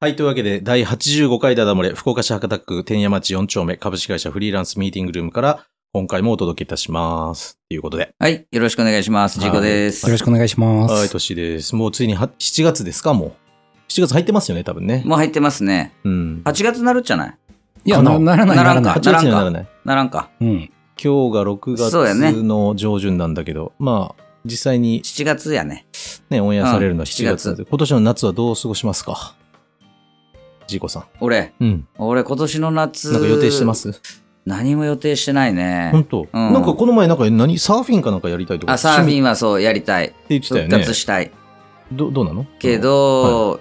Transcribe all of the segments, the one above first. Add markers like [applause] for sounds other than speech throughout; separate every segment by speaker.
Speaker 1: はい。というわけで、第85回ダダ漏れ、福岡市博多区天山町4丁目株式会社フリーランスミーティングルームから、今回もお届けいたします。ということで。
Speaker 2: はい。よろしくお願いします。
Speaker 1: はい
Speaker 2: ジコです。
Speaker 3: よろしくお願いしま
Speaker 1: はい、
Speaker 3: す。
Speaker 1: 年です。もうついには7月ですか、もう。7月入ってますよね、多分ね。
Speaker 2: もう入ってますね。
Speaker 1: うん。
Speaker 2: 8月になるんじゃない
Speaker 3: いや、
Speaker 1: かな
Speaker 3: なならない、なら
Speaker 2: ならん
Speaker 3: な
Speaker 1: 8
Speaker 3: い。
Speaker 1: 月にはならない。
Speaker 2: ならんか。
Speaker 3: うん。
Speaker 1: 今日が6
Speaker 2: そうやね
Speaker 1: 月の上旬なんだけど、まあ、実際に
Speaker 2: 7月やね。
Speaker 1: ね、オンエアされるのは
Speaker 2: うん
Speaker 1: 7月なんで、今年の夏はどう過ごしますかジーコさ
Speaker 2: 俺、
Speaker 1: ん。うん。
Speaker 2: 俺今年の夏。
Speaker 1: なんか予定してます
Speaker 2: 何も予定してないね。
Speaker 1: 本当、
Speaker 2: ん
Speaker 1: なんかこの前なんか何サーフィンかなんかやりたいとか
Speaker 2: あ、サーフィ
Speaker 1: ン
Speaker 2: ンはそう、やりたい。
Speaker 1: って言ってたよ
Speaker 2: 復
Speaker 1: ね
Speaker 2: 活したい。
Speaker 1: どどうなの
Speaker 2: けど、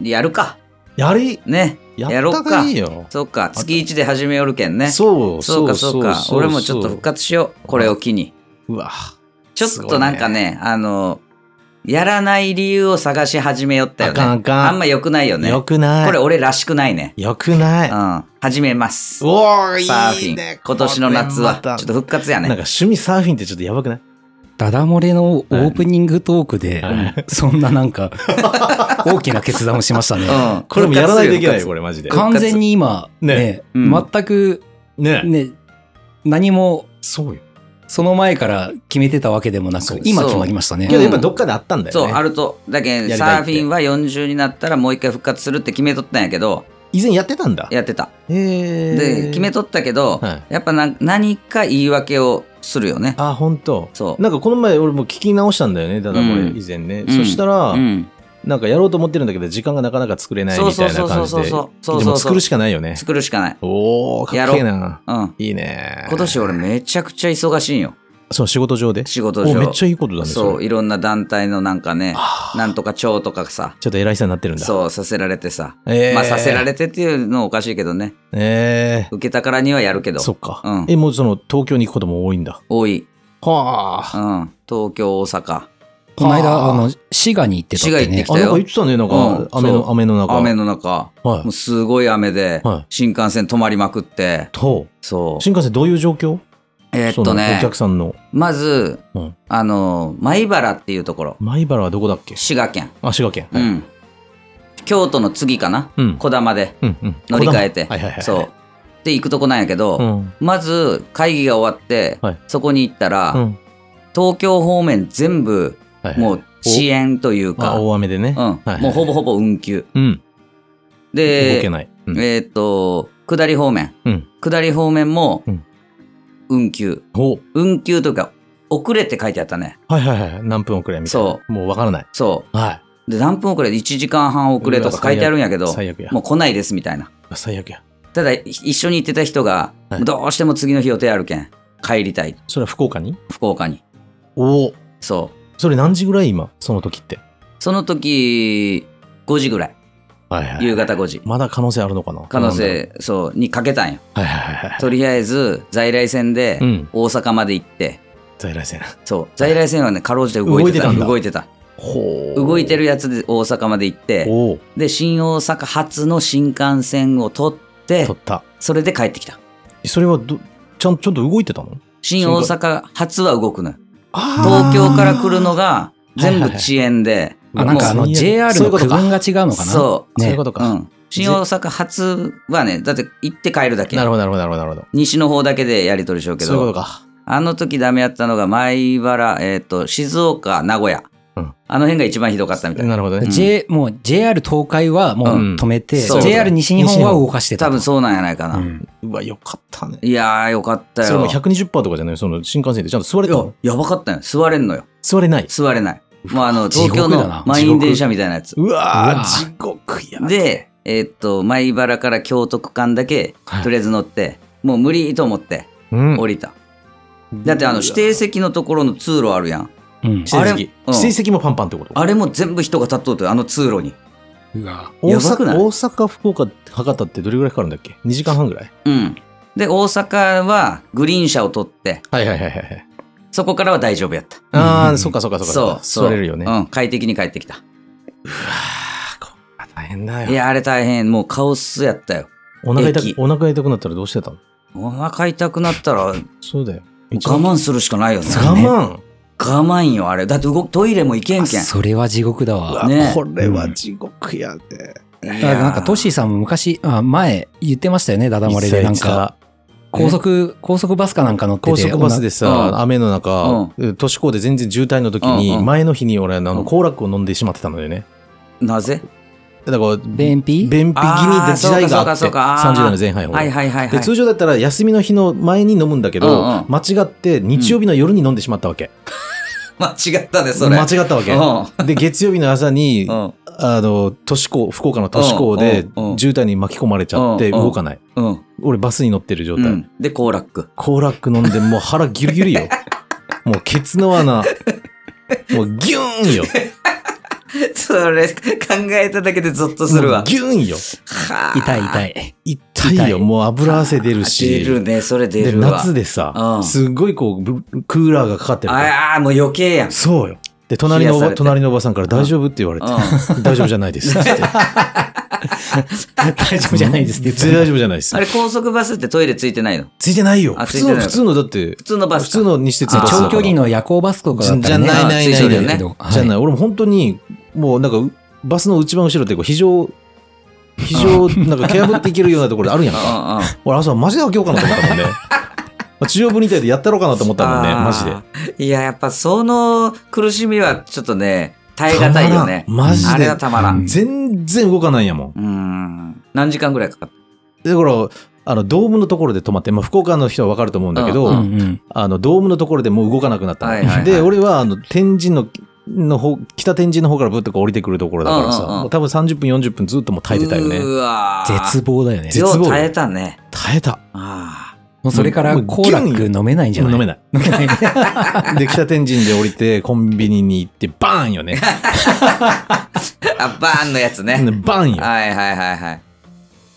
Speaker 2: やるか。
Speaker 1: やり
Speaker 2: ね。
Speaker 1: や
Speaker 2: やろ
Speaker 1: っ
Speaker 2: ったか
Speaker 1: がいいよ、
Speaker 2: そっか。月1で始めよるけんね。
Speaker 1: そう
Speaker 2: そうか、そうか。俺もちょっと復活しよう。これを機に。
Speaker 1: うわ
Speaker 2: ちょっとなんかね、あの、やらない理由を探し始めよったよね。
Speaker 1: あかんあかん
Speaker 2: んま良くないよね。
Speaker 1: よくない
Speaker 2: これ俺らしくないね。
Speaker 1: よくない
Speaker 2: [laughs] うん。始めます。
Speaker 1: おーいいね
Speaker 2: サーフィン。今年の夏は、
Speaker 1: こ
Speaker 2: ち
Speaker 1: れ
Speaker 2: ょ
Speaker 1: ま
Speaker 2: ったと復活や
Speaker 1: なんか
Speaker 2: ね。
Speaker 1: 趣味サーフィンってちょっとやばくない
Speaker 3: ダダ漏れのオープニングトークで、
Speaker 1: はい
Speaker 3: うんそんなな
Speaker 1: [laughs]
Speaker 3: んか、大きな決断をしました
Speaker 2: う
Speaker 3: ね。
Speaker 2: ん。
Speaker 1: これもやらないといけないよこ
Speaker 2: れ。
Speaker 1: れマジで
Speaker 2: か
Speaker 3: 完全に今、
Speaker 1: ね
Speaker 3: ね
Speaker 2: うん
Speaker 3: 全く、
Speaker 1: ね
Speaker 3: ね、何も、
Speaker 1: そうよ
Speaker 3: その前から決めてたわけでもな
Speaker 1: そう
Speaker 3: く、今
Speaker 2: そう
Speaker 3: 決まりましたね
Speaker 1: け。どやっぱどっかであったんだよ
Speaker 2: そう、
Speaker 1: ね、
Speaker 2: あると。だけ
Speaker 1: や
Speaker 2: ん、
Speaker 1: り
Speaker 2: サ
Speaker 1: たい
Speaker 2: ー
Speaker 1: っ
Speaker 2: フ
Speaker 1: て
Speaker 2: ィンは40になったらもう一回復活するって決めとったんやけど、
Speaker 1: 以前やってたんだ
Speaker 2: やってた。
Speaker 1: へえ
Speaker 2: で、決めとったけど、
Speaker 1: はい
Speaker 2: やっぱな何か言い訳をするよね。
Speaker 1: あ本当
Speaker 2: そ
Speaker 1: なんかこの前俺も聞き直したんだよね、ただこれ
Speaker 2: うん
Speaker 1: 以前ね。
Speaker 2: うん
Speaker 1: そしたら、
Speaker 2: う。うん。
Speaker 1: なんかやろうと思ってるんだけど、時間がなかなか作れない
Speaker 2: そう
Speaker 1: み
Speaker 2: そ
Speaker 1: た
Speaker 2: う
Speaker 1: いな
Speaker 2: そう
Speaker 1: 感
Speaker 2: そう
Speaker 1: じ
Speaker 2: そう
Speaker 1: で。
Speaker 2: そ
Speaker 1: で。
Speaker 2: うそうそう
Speaker 1: も
Speaker 2: そう
Speaker 1: 作るしかないよね。
Speaker 2: 作るしかない。
Speaker 1: おー、かっけえな。
Speaker 2: うん。
Speaker 1: いいね。
Speaker 2: 今年俺めちゃくちゃ忙しいんよ。
Speaker 1: そう、仕事上で。
Speaker 2: 仕事上。
Speaker 1: おめっちゃいいことだね。
Speaker 2: そ、
Speaker 1: そうれ
Speaker 2: いろんな団体のなんかね、
Speaker 1: あー
Speaker 2: なんとか長とかさ、
Speaker 1: ちょっと偉い人になってるんだ。う。
Speaker 2: そうさせられてさ、
Speaker 1: えー、
Speaker 2: まあさせられてっていうのはおかしいけどね、
Speaker 1: え
Speaker 2: 受けたからにはやる
Speaker 1: ー、
Speaker 2: けど、
Speaker 1: そっか、
Speaker 2: うん
Speaker 1: え、もうその東京に行くことも多いんだ。
Speaker 2: 多い、
Speaker 1: は
Speaker 2: う
Speaker 1: あ。
Speaker 2: ん、東京、大阪、
Speaker 3: この
Speaker 1: あ
Speaker 3: 間、
Speaker 1: ー
Speaker 3: あの、滋賀に行ってたっ
Speaker 2: 滋賀行
Speaker 3: て
Speaker 2: っ
Speaker 3: ね
Speaker 2: て。き
Speaker 1: あ、なんか言ってたね、なん
Speaker 2: うん
Speaker 1: か、雨
Speaker 2: そ
Speaker 1: の、
Speaker 2: う
Speaker 1: 雨の中。
Speaker 2: 雨の中、
Speaker 1: は
Speaker 2: もう
Speaker 1: い。
Speaker 2: すごい雨で、
Speaker 1: はい
Speaker 2: 新幹線止まりまくって、
Speaker 1: と、
Speaker 2: そう、
Speaker 1: 新幹線どういう状況
Speaker 2: えーっと
Speaker 1: そのお
Speaker 2: ね
Speaker 1: 客、さんの。
Speaker 2: まず、
Speaker 1: うん
Speaker 2: あの、米原っていうところ、
Speaker 1: 米原はどこだっけ
Speaker 2: 滋賀県、
Speaker 1: あ、滋賀県。
Speaker 2: う
Speaker 1: はい
Speaker 2: ん、京都の次かな、
Speaker 1: うん
Speaker 2: 小玉で
Speaker 1: うんうん、
Speaker 2: 乗り換えて、
Speaker 1: はいはいはい、
Speaker 2: そう、で行くとこなんやけど、
Speaker 1: うん
Speaker 2: まず会議が終わって、
Speaker 1: はい
Speaker 2: そこに行ったら、
Speaker 1: うん
Speaker 2: 東京方面全部
Speaker 1: はいはい
Speaker 2: もう遅延という
Speaker 1: あ
Speaker 2: か、
Speaker 1: 大雨でね、
Speaker 2: うん
Speaker 1: はいはい
Speaker 2: もうほぼほぼ運休
Speaker 1: うん、動
Speaker 2: で、
Speaker 1: けない、うん
Speaker 2: えーっと下り方面、
Speaker 1: うん
Speaker 2: 下り方面も
Speaker 1: うん
Speaker 2: 運休、
Speaker 1: お
Speaker 2: 運休というか遅れって書いてあったね
Speaker 1: はいはいはい何分遅れみたいな
Speaker 2: そ
Speaker 1: もうわからない
Speaker 2: そ
Speaker 1: は
Speaker 2: うで何分遅れで1時間半遅れとか書いてあるんやけ
Speaker 1: い
Speaker 2: ど
Speaker 1: 最悪や
Speaker 2: もう来ないですみたいな
Speaker 1: 最悪や
Speaker 2: ただ一緒に行ってた人が、
Speaker 1: はい
Speaker 2: どうしても次の日予定あるけん帰りたい
Speaker 1: それは福岡に
Speaker 2: 福岡に
Speaker 1: おお
Speaker 2: そう
Speaker 1: それ何時ぐらい今その時って
Speaker 2: その時5時ぐらい
Speaker 1: はいは
Speaker 2: 夕方5時
Speaker 1: まだ可能性あるのかな
Speaker 2: 可能性そうにかけたんよ
Speaker 1: なんだろうはいはいはいはい
Speaker 2: とりあえず在来線で
Speaker 1: うん
Speaker 2: 大阪まで行って、
Speaker 1: 在来線
Speaker 2: そう在来線はねかろうじて動いてた
Speaker 1: 動いてたんだ
Speaker 2: 動い
Speaker 1: ほ
Speaker 2: てた動いて
Speaker 1: る
Speaker 2: るやつで大阪まで行って
Speaker 1: おお
Speaker 2: で新大阪発の新幹線を取って
Speaker 1: 取った
Speaker 2: それで帰ってきた
Speaker 1: それはどちゃんちゃんと動いてたの
Speaker 2: 新大阪発は動くのよ
Speaker 1: あー
Speaker 2: 東京から来るのが全部遅延で、
Speaker 3: あ、なんかあ
Speaker 1: も
Speaker 3: の、
Speaker 1: う
Speaker 3: JR
Speaker 1: そうい
Speaker 3: の
Speaker 1: うこと
Speaker 3: 区
Speaker 1: か
Speaker 3: 分が違うのかな。
Speaker 2: そ
Speaker 1: そういう
Speaker 3: ね
Speaker 1: こ。と
Speaker 2: う、う
Speaker 1: か、
Speaker 2: ん、新大阪発はねだって行って帰るだけ
Speaker 1: なるほどなるほどなるほどなるほど
Speaker 2: 西の方だけでやり取りしようけど
Speaker 1: そういうことか
Speaker 2: あの時ダメやったのが米原、えっ、と、静岡、名古屋、
Speaker 1: うん
Speaker 2: あの辺が一番ひどかったみたいな。
Speaker 1: なるほどね、
Speaker 3: J、もう JR 東海はもう
Speaker 1: うん
Speaker 3: 止めて、
Speaker 2: そう
Speaker 3: JR 西日本は動かしてた
Speaker 2: 多
Speaker 3: と。
Speaker 2: 分そうなんやないかな。
Speaker 3: うん
Speaker 1: うわよかったね
Speaker 2: いやー、よかった
Speaker 1: それ
Speaker 2: よ
Speaker 1: も。120%とかじゃないその新幹線でちゃんと座れ
Speaker 2: い
Speaker 1: たの
Speaker 2: や、やばかったよ。座れんのよ。
Speaker 1: 座れない
Speaker 2: 座れない。もうあの、
Speaker 3: 地
Speaker 2: 東
Speaker 3: 獄だ
Speaker 2: 京
Speaker 3: な
Speaker 2: の満員電車みたいなやつ。
Speaker 1: う
Speaker 3: う
Speaker 1: わー
Speaker 3: わ
Speaker 1: 地獄や
Speaker 2: で、えっ、と、米原から京都区間だけ
Speaker 1: はい、
Speaker 2: とりあえず乗って、もう無理と思って
Speaker 1: うん
Speaker 2: 降りた。だって、あの、指定席のところの通路あるやん。
Speaker 3: うん
Speaker 1: 指定
Speaker 2: あれ
Speaker 1: 席
Speaker 2: うん
Speaker 1: 指定席もパンパンってこと
Speaker 2: あれも全部人が立っとうとよあの通路に。
Speaker 3: うわ
Speaker 1: 大
Speaker 2: やばくない
Speaker 1: 阪大阪福岡博多ってどれぐらいかかるんだっけ2時間半ぐらい
Speaker 2: うん。で、大阪はグリーン車を取って、
Speaker 1: はいはいはいはい
Speaker 2: そこからは大丈夫やった。
Speaker 1: あ
Speaker 3: う
Speaker 1: あ
Speaker 3: ん
Speaker 1: そっかそっかそっか
Speaker 2: そうそう
Speaker 1: 座れるよねあ
Speaker 2: うん、快適に帰ってきた。
Speaker 1: 大変だ
Speaker 2: いや、あれ大変、もうカオスやったよ。
Speaker 1: お腹痛
Speaker 2: 駅
Speaker 1: くお腹痛くなったらどうしてたの
Speaker 2: お腹痛くなったら、もう
Speaker 1: そうだよ。
Speaker 2: 我慢するしかないよね。
Speaker 1: 我慢
Speaker 2: 我慢よ、あれ。だって動トイレも行けんけん。
Speaker 3: それは地獄だ
Speaker 1: う
Speaker 3: わ。
Speaker 1: わ
Speaker 2: ね
Speaker 1: これは地獄やで。
Speaker 2: いやー
Speaker 3: なんかトッシーさんも昔、あ前言ってましたよね、ダダ漏れで。なんか、高速、高速バスかなんか乗ってて。
Speaker 1: 高速バスでさ、
Speaker 2: うん
Speaker 1: 雨の中、都市高で全然渋滞の時
Speaker 2: うんう
Speaker 1: に、
Speaker 2: ん
Speaker 1: 前の日に俺、あ
Speaker 2: う
Speaker 1: の、
Speaker 2: ん
Speaker 1: 行楽を飲んでしまってたのよね。
Speaker 2: なぜ
Speaker 1: だから、
Speaker 3: 女。
Speaker 1: 便秘
Speaker 3: 便
Speaker 1: 気味で時代
Speaker 3: 秘
Speaker 1: があ
Speaker 2: あー
Speaker 1: って、
Speaker 2: そうかそうかそうかあー
Speaker 1: 30代の前半よ。
Speaker 2: はいはいはいは
Speaker 1: で
Speaker 2: い。
Speaker 1: 通常だったら休みの日の前に飲むんだけど、
Speaker 2: うんうん
Speaker 1: 間違って日曜日の夜に飲んでしまったわけ、
Speaker 2: 間違ったで、それ。
Speaker 1: 間違ったわけ、で月曜日の朝に、
Speaker 2: うん。うん
Speaker 1: あの都市高福岡の都市高で
Speaker 2: うんうんうん
Speaker 1: 渋滞に巻き込まれちゃって
Speaker 2: うんうん
Speaker 1: 動かない、
Speaker 2: うん。
Speaker 1: 俺バスに乗ってる状
Speaker 2: う
Speaker 1: 態
Speaker 2: ん。で、コーラック。
Speaker 1: 行、楽飲んでもう腹ギュルギュルよもうケツの穴もうギューンよ
Speaker 2: [laughs] それ、考えただけでゾッとする
Speaker 1: も
Speaker 2: わ
Speaker 1: う。ギューンよ
Speaker 2: は
Speaker 3: 痛い痛
Speaker 2: い。
Speaker 3: い。
Speaker 1: 痛いよ
Speaker 3: 痛い
Speaker 1: もう油汗出るし
Speaker 2: 出るね、それ出
Speaker 1: で
Speaker 2: るわ。
Speaker 1: 夏でさ、
Speaker 2: うん
Speaker 1: すっごいこうブクーラーがかかってるから
Speaker 2: ああ、もう余計やん。
Speaker 1: そうよ。で、隣のお
Speaker 2: 冷やさ
Speaker 1: ば、
Speaker 2: れて
Speaker 1: 隣のおばさんから大丈夫って言われて、 [laughs] 大丈夫じゃないです
Speaker 2: [laughs]
Speaker 1: って言って。
Speaker 3: 大丈夫じゃないですって言って
Speaker 1: 全然大丈夫じゃないです
Speaker 2: あ。れ、高速バスってトイレついてないの
Speaker 1: ついてないよ。
Speaker 2: あ
Speaker 1: 普通の、
Speaker 2: ついてない
Speaker 1: 普通のだって
Speaker 2: 普、通のバス
Speaker 1: 普
Speaker 2: か。
Speaker 1: 通の西鉄の
Speaker 3: あ
Speaker 1: バスだから
Speaker 3: 長距離の夜行バスとかだったらね
Speaker 1: じゃないないない
Speaker 2: あついてるよ
Speaker 3: だ
Speaker 2: ね
Speaker 3: けどはい
Speaker 1: じゃない。俺も本当に、もうなんかう、バスの一番後ろってこう、非常、非常、なんか、蹴破っていけるようなところあるやんか。
Speaker 2: うんうん
Speaker 1: 俺、朝マジで開けようかなと思ったもん
Speaker 2: [laughs]
Speaker 1: ね。中央分離帯でやったろうかなと思ったもんね、
Speaker 2: あー
Speaker 1: マジで。
Speaker 2: いや、やっぱその苦しみはちょっとね、耐え難いよね
Speaker 1: た。まらんマジ
Speaker 2: あれ
Speaker 1: で
Speaker 2: は。たまらん。
Speaker 1: 全然動かないんやもん。
Speaker 2: うん。何時間ぐらいかかっ
Speaker 1: だから、あの、ドームのところで止まって、まあ、福岡の人はわかると思うんだけど、
Speaker 2: うんうん
Speaker 3: うんうん
Speaker 1: あの、ドームのところでもう動かなくなったの。
Speaker 2: はいはいはい
Speaker 1: で、俺は、あの、天神の、の方、北天神の方からぶっとこう降りてくるところだからさ、
Speaker 2: うんうんうん
Speaker 1: もう多分30分、40分ずっともう
Speaker 2: た
Speaker 1: 耐えてたよね。
Speaker 2: うわー
Speaker 3: 絶望だよね。
Speaker 1: 絶望
Speaker 2: よう耐えたね。
Speaker 1: 耐えた。
Speaker 2: あ
Speaker 3: もうそれから
Speaker 1: もう
Speaker 3: コーラック飲めないんじゃ
Speaker 1: も
Speaker 3: な
Speaker 1: う
Speaker 3: い
Speaker 1: 飲めない。
Speaker 3: 飲めない。
Speaker 1: で、北天神で降りて、コンビニに行って、バーンよ
Speaker 2: [laughs]
Speaker 1: ね。
Speaker 2: ーあ、バーンのやつね。
Speaker 1: バーンよ。
Speaker 2: はいはいはいはい。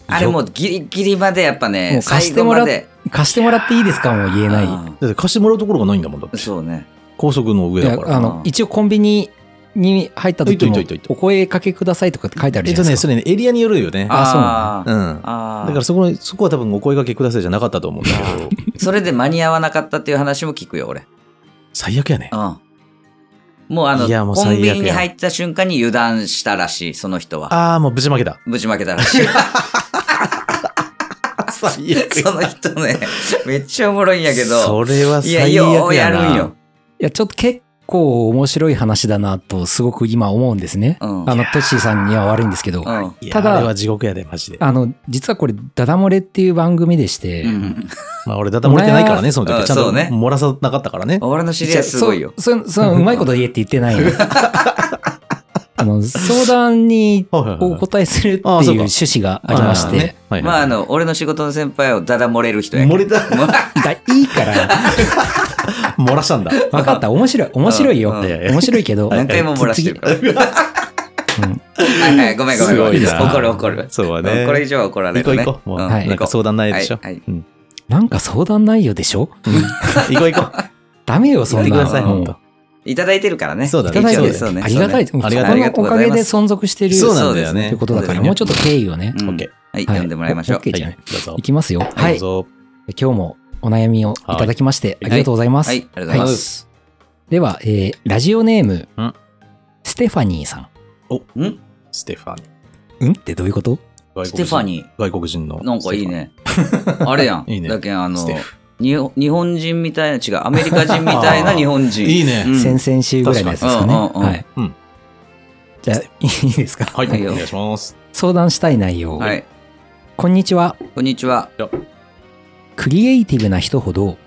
Speaker 2: あれもうギリギリまでやっぱ
Speaker 3: も
Speaker 2: ね、
Speaker 3: う貸
Speaker 2: 最
Speaker 3: して
Speaker 2: 後
Speaker 3: もら
Speaker 2: ま
Speaker 3: っ
Speaker 2: で。
Speaker 3: [laughs] 貸してもらっていいですかも言えない。
Speaker 2: あ
Speaker 1: だって貸してもらうところがないんだもんだっ
Speaker 2: ー
Speaker 1: て。
Speaker 2: そうね。
Speaker 1: 高速の上
Speaker 3: い
Speaker 1: だ
Speaker 3: や
Speaker 1: から。
Speaker 3: あの一応コンビニに入った時も
Speaker 1: いいといいといいといいと
Speaker 3: お声かけくださいとかって書いてある
Speaker 1: えっ
Speaker 3: じゃな
Speaker 1: と
Speaker 3: いで
Speaker 1: ね、
Speaker 3: す
Speaker 1: そ
Speaker 3: か。
Speaker 1: れね、エリアによるよね。
Speaker 2: あ
Speaker 3: そう
Speaker 2: あ
Speaker 1: う
Speaker 2: ー
Speaker 1: ん。
Speaker 2: あー。
Speaker 1: だからそこの、そこは多分お声掛けくださいじゃなかったと思うんだけど、
Speaker 2: それで間に合わなかったっていう話も聞くよ、俺。
Speaker 1: 最悪やね
Speaker 2: う。ん。もうあの、
Speaker 1: いやもう
Speaker 2: コ
Speaker 1: 最悪
Speaker 2: ン
Speaker 1: や
Speaker 2: ビニに入った瞬間に油断したらしい、その人は。
Speaker 1: ああ、もうぶちまけた。
Speaker 2: ぶちまけたらしい。
Speaker 1: 最
Speaker 2: [laughs] その人ね、めっちゃおもろいんやけど。
Speaker 1: それはい
Speaker 2: や、
Speaker 1: 最
Speaker 2: よう
Speaker 1: 悪や
Speaker 2: や
Speaker 1: な。
Speaker 2: るんよ。
Speaker 3: いやちょっと結構面白い話だなとすごく今思うんですね。
Speaker 2: うん
Speaker 3: あのトッシーさんには悪いんですけ
Speaker 2: う
Speaker 3: ど、
Speaker 2: ん。
Speaker 1: いや
Speaker 3: ただ
Speaker 1: あれは地獄やで、マジで。
Speaker 3: あの実はこれダダ漏れっていう番組でして、
Speaker 2: うん
Speaker 1: まあ俺、だだ漏れてないからね、その
Speaker 2: う
Speaker 1: 時。
Speaker 2: ん
Speaker 1: ちゃん
Speaker 2: そ
Speaker 1: と
Speaker 2: うね
Speaker 1: 漏らさなかったからね。
Speaker 2: 俺の知り合いすごいよ。
Speaker 3: そう、そのうまいこと言えって言っ
Speaker 2: [laughs]
Speaker 3: てないよ。あの相談に
Speaker 1: はいはいはい
Speaker 3: お答えするっていう
Speaker 1: あそうか
Speaker 3: 趣旨がありまし
Speaker 1: はい
Speaker 3: て、
Speaker 1: はいはい。
Speaker 2: まあ、あの、俺の仕事の先輩をダダ漏れる人やけど
Speaker 1: 漏れた、
Speaker 3: がいいから、
Speaker 1: 漏らしたんだ。
Speaker 3: 分かった、面白い、面白いよ。
Speaker 2: [laughs] うんうん
Speaker 1: いやいや
Speaker 3: 面白いけど、
Speaker 2: 何回も漏らしてるから。
Speaker 3: うん
Speaker 2: はいはい、ごめんごめんごめん。
Speaker 1: すごいな
Speaker 2: 怒る怒る。
Speaker 1: そうはね。
Speaker 2: これ以上は怒られ
Speaker 1: 行こう
Speaker 2: るね。
Speaker 1: 行こう。もう、
Speaker 2: うん
Speaker 3: はい
Speaker 1: なんか相談ないでしょ。
Speaker 2: はいはい
Speaker 1: うん
Speaker 3: なんか相談内容でしょ
Speaker 1: 行こう行こ
Speaker 2: [laughs]
Speaker 1: う。
Speaker 3: ダメよ、そん
Speaker 1: やってく
Speaker 3: な
Speaker 1: ださい、
Speaker 3: もう
Speaker 1: 本当。
Speaker 2: いただいてるからね。
Speaker 1: そうだね
Speaker 3: いただい
Speaker 1: そう
Speaker 3: て
Speaker 1: だ
Speaker 2: そうね
Speaker 3: ありがたい。
Speaker 2: そうね
Speaker 1: ありがたい
Speaker 3: このおかげで存続してる。
Speaker 1: そうなんだよ
Speaker 3: と
Speaker 1: ね
Speaker 3: いうことだか
Speaker 2: そうです
Speaker 3: ら、
Speaker 2: ね
Speaker 3: もうちょっと敬意をね。
Speaker 2: うん
Speaker 1: オッケー
Speaker 2: はい、読んでもらいましょう
Speaker 3: は。い OK じゃ
Speaker 1: は
Speaker 3: ない
Speaker 1: い。どうぞ
Speaker 3: い。きますよ。は
Speaker 1: どう
Speaker 3: い。
Speaker 1: ぞ。
Speaker 3: 今日もお悩みをいただきまして、
Speaker 1: はい
Speaker 3: ありがとうございます。
Speaker 2: はい、ありがとうございます。
Speaker 3: では、えーラジオネーム、
Speaker 1: うん
Speaker 3: ステファニーさ
Speaker 1: ステファニー。
Speaker 3: ん。んってどういうこと
Speaker 1: 外国人
Speaker 2: ステファニ
Speaker 1: 外国人の。
Speaker 2: ー、なんかいい。ね。あれやん。
Speaker 1: いいね
Speaker 2: だけんあの
Speaker 1: ステ、フ。
Speaker 2: に日本人みたいな、違う、アメリカ人みたいな日本人。
Speaker 1: いいね
Speaker 2: うん
Speaker 3: 先々週ぐらいのやつですかね。
Speaker 2: 確かにうんうんうん
Speaker 3: はい
Speaker 1: うん。
Speaker 3: じゃあ、いいですか。
Speaker 1: はい。
Speaker 2: はいよ
Speaker 1: お願いします。
Speaker 3: 相談したい内容。
Speaker 2: はい、
Speaker 3: こんにちは。
Speaker 2: こんにちは。
Speaker 3: クリエイティブな人ほど、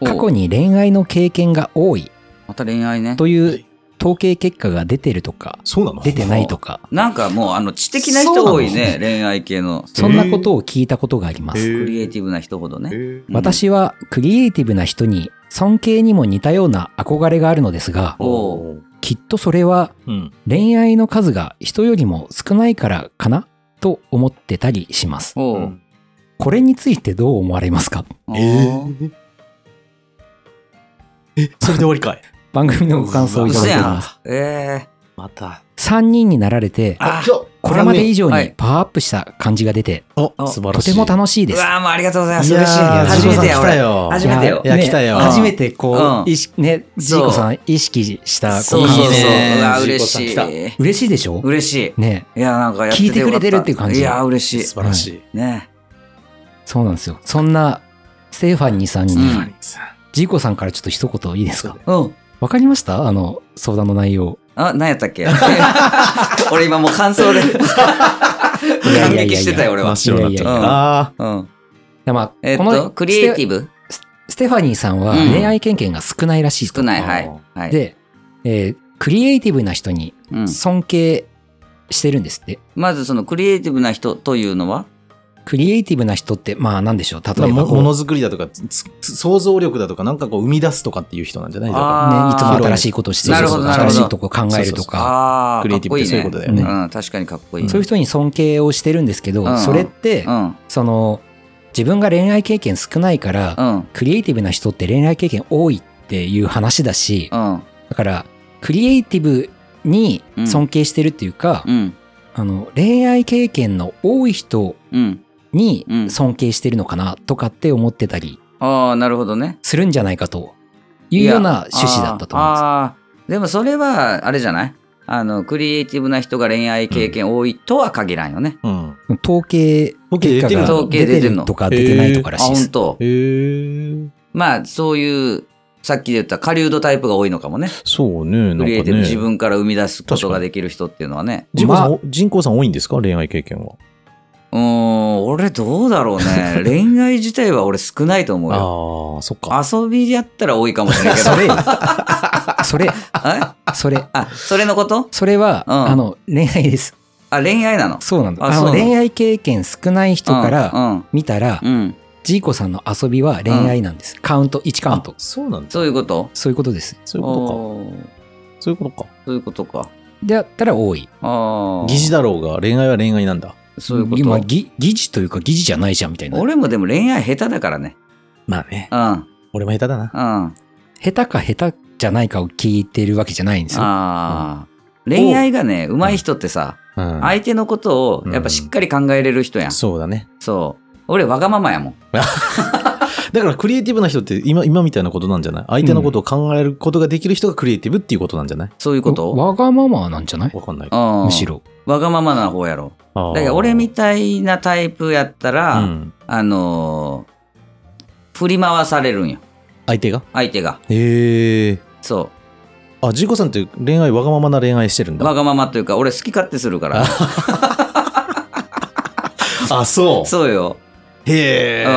Speaker 2: お
Speaker 3: 過去に恋愛の経験が多い
Speaker 2: また恋愛ね。
Speaker 3: という統計結果が出てるとか、
Speaker 1: そうなの
Speaker 3: 出てないとか、
Speaker 2: なんかもう、あの、知的な人多いね、恋愛系の。
Speaker 3: そんなことを聞いたことがありま
Speaker 1: へ
Speaker 3: す。
Speaker 1: ー
Speaker 2: クリエイティブな人ほど
Speaker 1: へ
Speaker 2: ね。
Speaker 1: ー
Speaker 2: うん
Speaker 3: 私はクリエイティブな人に尊敬にも似たような憧れがあるのですが、
Speaker 2: お
Speaker 1: う。
Speaker 3: きっとそれは
Speaker 1: うん。
Speaker 3: 恋愛の数が人よりも少ないからかなと思ってたりします。
Speaker 2: おう
Speaker 3: これについてどう思われま
Speaker 2: [laughs]
Speaker 3: すか
Speaker 2: おう
Speaker 1: え [laughs] ーえ、それで終わりかい。
Speaker 3: 番組のご感想をいただ
Speaker 2: 嘘
Speaker 3: いてお
Speaker 2: や
Speaker 3: り
Speaker 2: ん
Speaker 3: ます。。
Speaker 2: ええ
Speaker 1: [laughs] また。
Speaker 3: 3人になられて、
Speaker 2: あ
Speaker 3: これまで以上
Speaker 2: は
Speaker 3: に
Speaker 2: い
Speaker 3: パワーアップした感じが出て、
Speaker 1: お
Speaker 2: あ
Speaker 1: 素晴ら
Speaker 3: と
Speaker 1: しい。
Speaker 3: ても楽しいで
Speaker 2: う
Speaker 3: す。
Speaker 2: わーもうありがとうございます。
Speaker 1: いや
Speaker 2: 嬉しい。
Speaker 1: ー
Speaker 2: 初めて
Speaker 1: ジ
Speaker 2: や、
Speaker 1: ョーさん来た
Speaker 2: 俺。
Speaker 1: よ
Speaker 2: 初めてよ。
Speaker 1: いや来たよ
Speaker 3: 初めてこ
Speaker 2: う
Speaker 3: う、
Speaker 2: ん
Speaker 3: 意識ね、ジ
Speaker 2: そう
Speaker 3: ーコさん意識した、こ
Speaker 2: そうそうそ
Speaker 1: い
Speaker 2: う。
Speaker 1: いね
Speaker 2: うわ
Speaker 1: ジー
Speaker 2: ー
Speaker 1: コ
Speaker 2: 嬉
Speaker 1: さん
Speaker 2: し
Speaker 1: 来
Speaker 2: い
Speaker 1: た。
Speaker 3: 嬉しいでしょ
Speaker 2: 嬉しい。
Speaker 3: ね
Speaker 2: いや、なんかやってよか
Speaker 3: 聞いて
Speaker 2: った
Speaker 3: くれてるっていう感じ
Speaker 2: いや、嬉し
Speaker 1: 素晴らしい。
Speaker 2: い。ね。
Speaker 3: そうなんですよ。そんな、ステファニーさんに、
Speaker 2: うん
Speaker 1: ニーさん。
Speaker 3: ジーコさんからちょっと一言いいですか
Speaker 2: うん。
Speaker 3: わかりましたあの、相談の内容。
Speaker 2: あ、何やったっ
Speaker 3: [laughs]
Speaker 2: け俺今もう感想で。
Speaker 3: いやいやいや
Speaker 2: 感激してたよ、俺
Speaker 1: 真
Speaker 2: は
Speaker 1: っ。白になっちゃっ
Speaker 2: いや
Speaker 1: た
Speaker 2: いやいや
Speaker 1: な。
Speaker 2: うん。
Speaker 3: でまあ、
Speaker 2: えっ
Speaker 3: この
Speaker 2: と、クリエイティ
Speaker 3: ブ
Speaker 2: ブ
Speaker 3: ステファニーさんは
Speaker 2: うん
Speaker 3: 恋愛経験が少ないらしいと
Speaker 2: 少ない、はい。はい、
Speaker 3: で、えークリエイティブな人に
Speaker 2: うん
Speaker 3: 尊敬してるんですって。
Speaker 2: まずそのクリエイティブな人というのは
Speaker 3: クリエイティブな人って、まあ、なんでしょう。例
Speaker 1: まあ
Speaker 3: えば
Speaker 1: も
Speaker 3: こう、
Speaker 1: ものづくりだとか、つつ想像力だとか、なんかこう生み出すとかっていう人なんじゃないだか
Speaker 2: あー
Speaker 3: ね、いつも新しいことをして
Speaker 2: なるほどなるほ
Speaker 3: 新
Speaker 2: ど
Speaker 3: しいとこ考えるとか。
Speaker 2: ああ、
Speaker 1: クリエイティブってそういうことだよね
Speaker 2: かっこいいうん、確かにかっこいい。
Speaker 3: そういう人に尊敬をしてるんですけど、
Speaker 2: うん
Speaker 3: それって、
Speaker 2: うん、
Speaker 3: その、自分が恋愛経験少ないから、
Speaker 2: うん、
Speaker 3: クリエイティブな人って恋愛経験多いっていう話だし、
Speaker 2: うん、
Speaker 3: だから、クリエイティブに尊敬してるっていうか、
Speaker 2: うん、
Speaker 3: あの、恋愛経験の多い人
Speaker 2: うん。
Speaker 3: に
Speaker 2: うん
Speaker 3: 尊敬してるのかなとかって思ってたり
Speaker 2: ああ、なるほどね。
Speaker 3: するんじゃないかというような趣旨だったと思うんです。
Speaker 2: あーあーでもそれは、あれじゃないあの、クリエイティブな人が恋愛経験多いとは限らんよね。
Speaker 1: ら。うん。
Speaker 3: 統計
Speaker 1: 統計出
Speaker 3: 結
Speaker 1: て
Speaker 3: 果
Speaker 1: る
Speaker 3: が
Speaker 1: の
Speaker 2: 統計出
Speaker 3: 出
Speaker 2: て
Speaker 3: て
Speaker 2: んの
Speaker 3: るとか出てないとから
Speaker 2: あ、
Speaker 3: しいで
Speaker 2: 本
Speaker 3: す。
Speaker 2: 当。
Speaker 1: へえ。
Speaker 2: まあ、そういう、さっきで言った狩人タイプが多いのかもね。
Speaker 1: そうね、なんか
Speaker 2: クリエイティブ、自
Speaker 1: ね。
Speaker 2: 分から生み出すことができる人っていうのはね。
Speaker 1: 人口さん
Speaker 3: ま
Speaker 1: お、人口さん多いんですか恋愛経験は。
Speaker 2: うーん、俺どうだろうね。恋愛自体は俺少ないと思うよ。
Speaker 1: ああ、そっか。
Speaker 2: 遊びでやったら多いかもしれ
Speaker 1: [laughs]
Speaker 2: ないけど。 [laughs]
Speaker 3: それ、それ、
Speaker 2: あ
Speaker 3: それ、
Speaker 2: あ、それのこと
Speaker 3: それは、
Speaker 2: うん
Speaker 3: あの、恋愛です。
Speaker 2: あ、恋愛なの。
Speaker 3: そうなんだ。
Speaker 2: あ
Speaker 3: あ
Speaker 2: そう
Speaker 3: の
Speaker 2: なの
Speaker 3: 恋愛経験少ない人から
Speaker 2: うん、
Speaker 3: 見たら
Speaker 2: う、ん。うん
Speaker 3: ジーコさんの遊びは恋愛なんです。カウント、1カウント。
Speaker 1: そうなんだ。
Speaker 2: そういうこと
Speaker 3: そういうことです。
Speaker 1: そういうことか。
Speaker 2: おー
Speaker 1: そういうことか。
Speaker 2: そういうことか。
Speaker 3: であったら多い。
Speaker 2: ああ。
Speaker 1: 疑似だろうが、恋愛は恋愛なんだ。
Speaker 2: そういうこ
Speaker 3: 今、
Speaker 2: と。
Speaker 3: ぎ疑似というか疑似じゃないじゃんみたいな。
Speaker 2: 俺もでも恋愛下手だからね。
Speaker 1: まあね。
Speaker 2: うん。うん。
Speaker 1: 俺も下手だな。
Speaker 2: あ
Speaker 3: 下手か下手じゃないかを聞いてるわけじゃないんですよ。
Speaker 2: あー。恋愛がね、上手い人ってさ、
Speaker 1: うん
Speaker 2: 相手のことをやっぱしっかり考えれる人やん。
Speaker 1: そうだね。
Speaker 2: そう。俺わがままやもん。
Speaker 1: だからクリエイティブな人って今、今みたいなことなんじゃない相手のことを考えることができる人がクリエイティブっていうことなんじゃない
Speaker 2: そういうこと
Speaker 3: わがままなんじゃない
Speaker 1: わかんない。
Speaker 2: うん
Speaker 3: むしろ。
Speaker 2: わがままな方やろ。
Speaker 1: だ
Speaker 2: だから俺みたいなタイプやったら、
Speaker 1: うん
Speaker 2: あのー振り回されるんよ。
Speaker 1: 相手が
Speaker 2: 相手が。
Speaker 1: へえ。
Speaker 2: そ
Speaker 1: あ、ジーコさんって恋愛、わがままな恋愛してるん
Speaker 2: う。わ
Speaker 1: だ。
Speaker 2: がままというか、俺好き勝手するから。
Speaker 1: あ、そ
Speaker 2: そうよ。
Speaker 1: う。へ
Speaker 2: う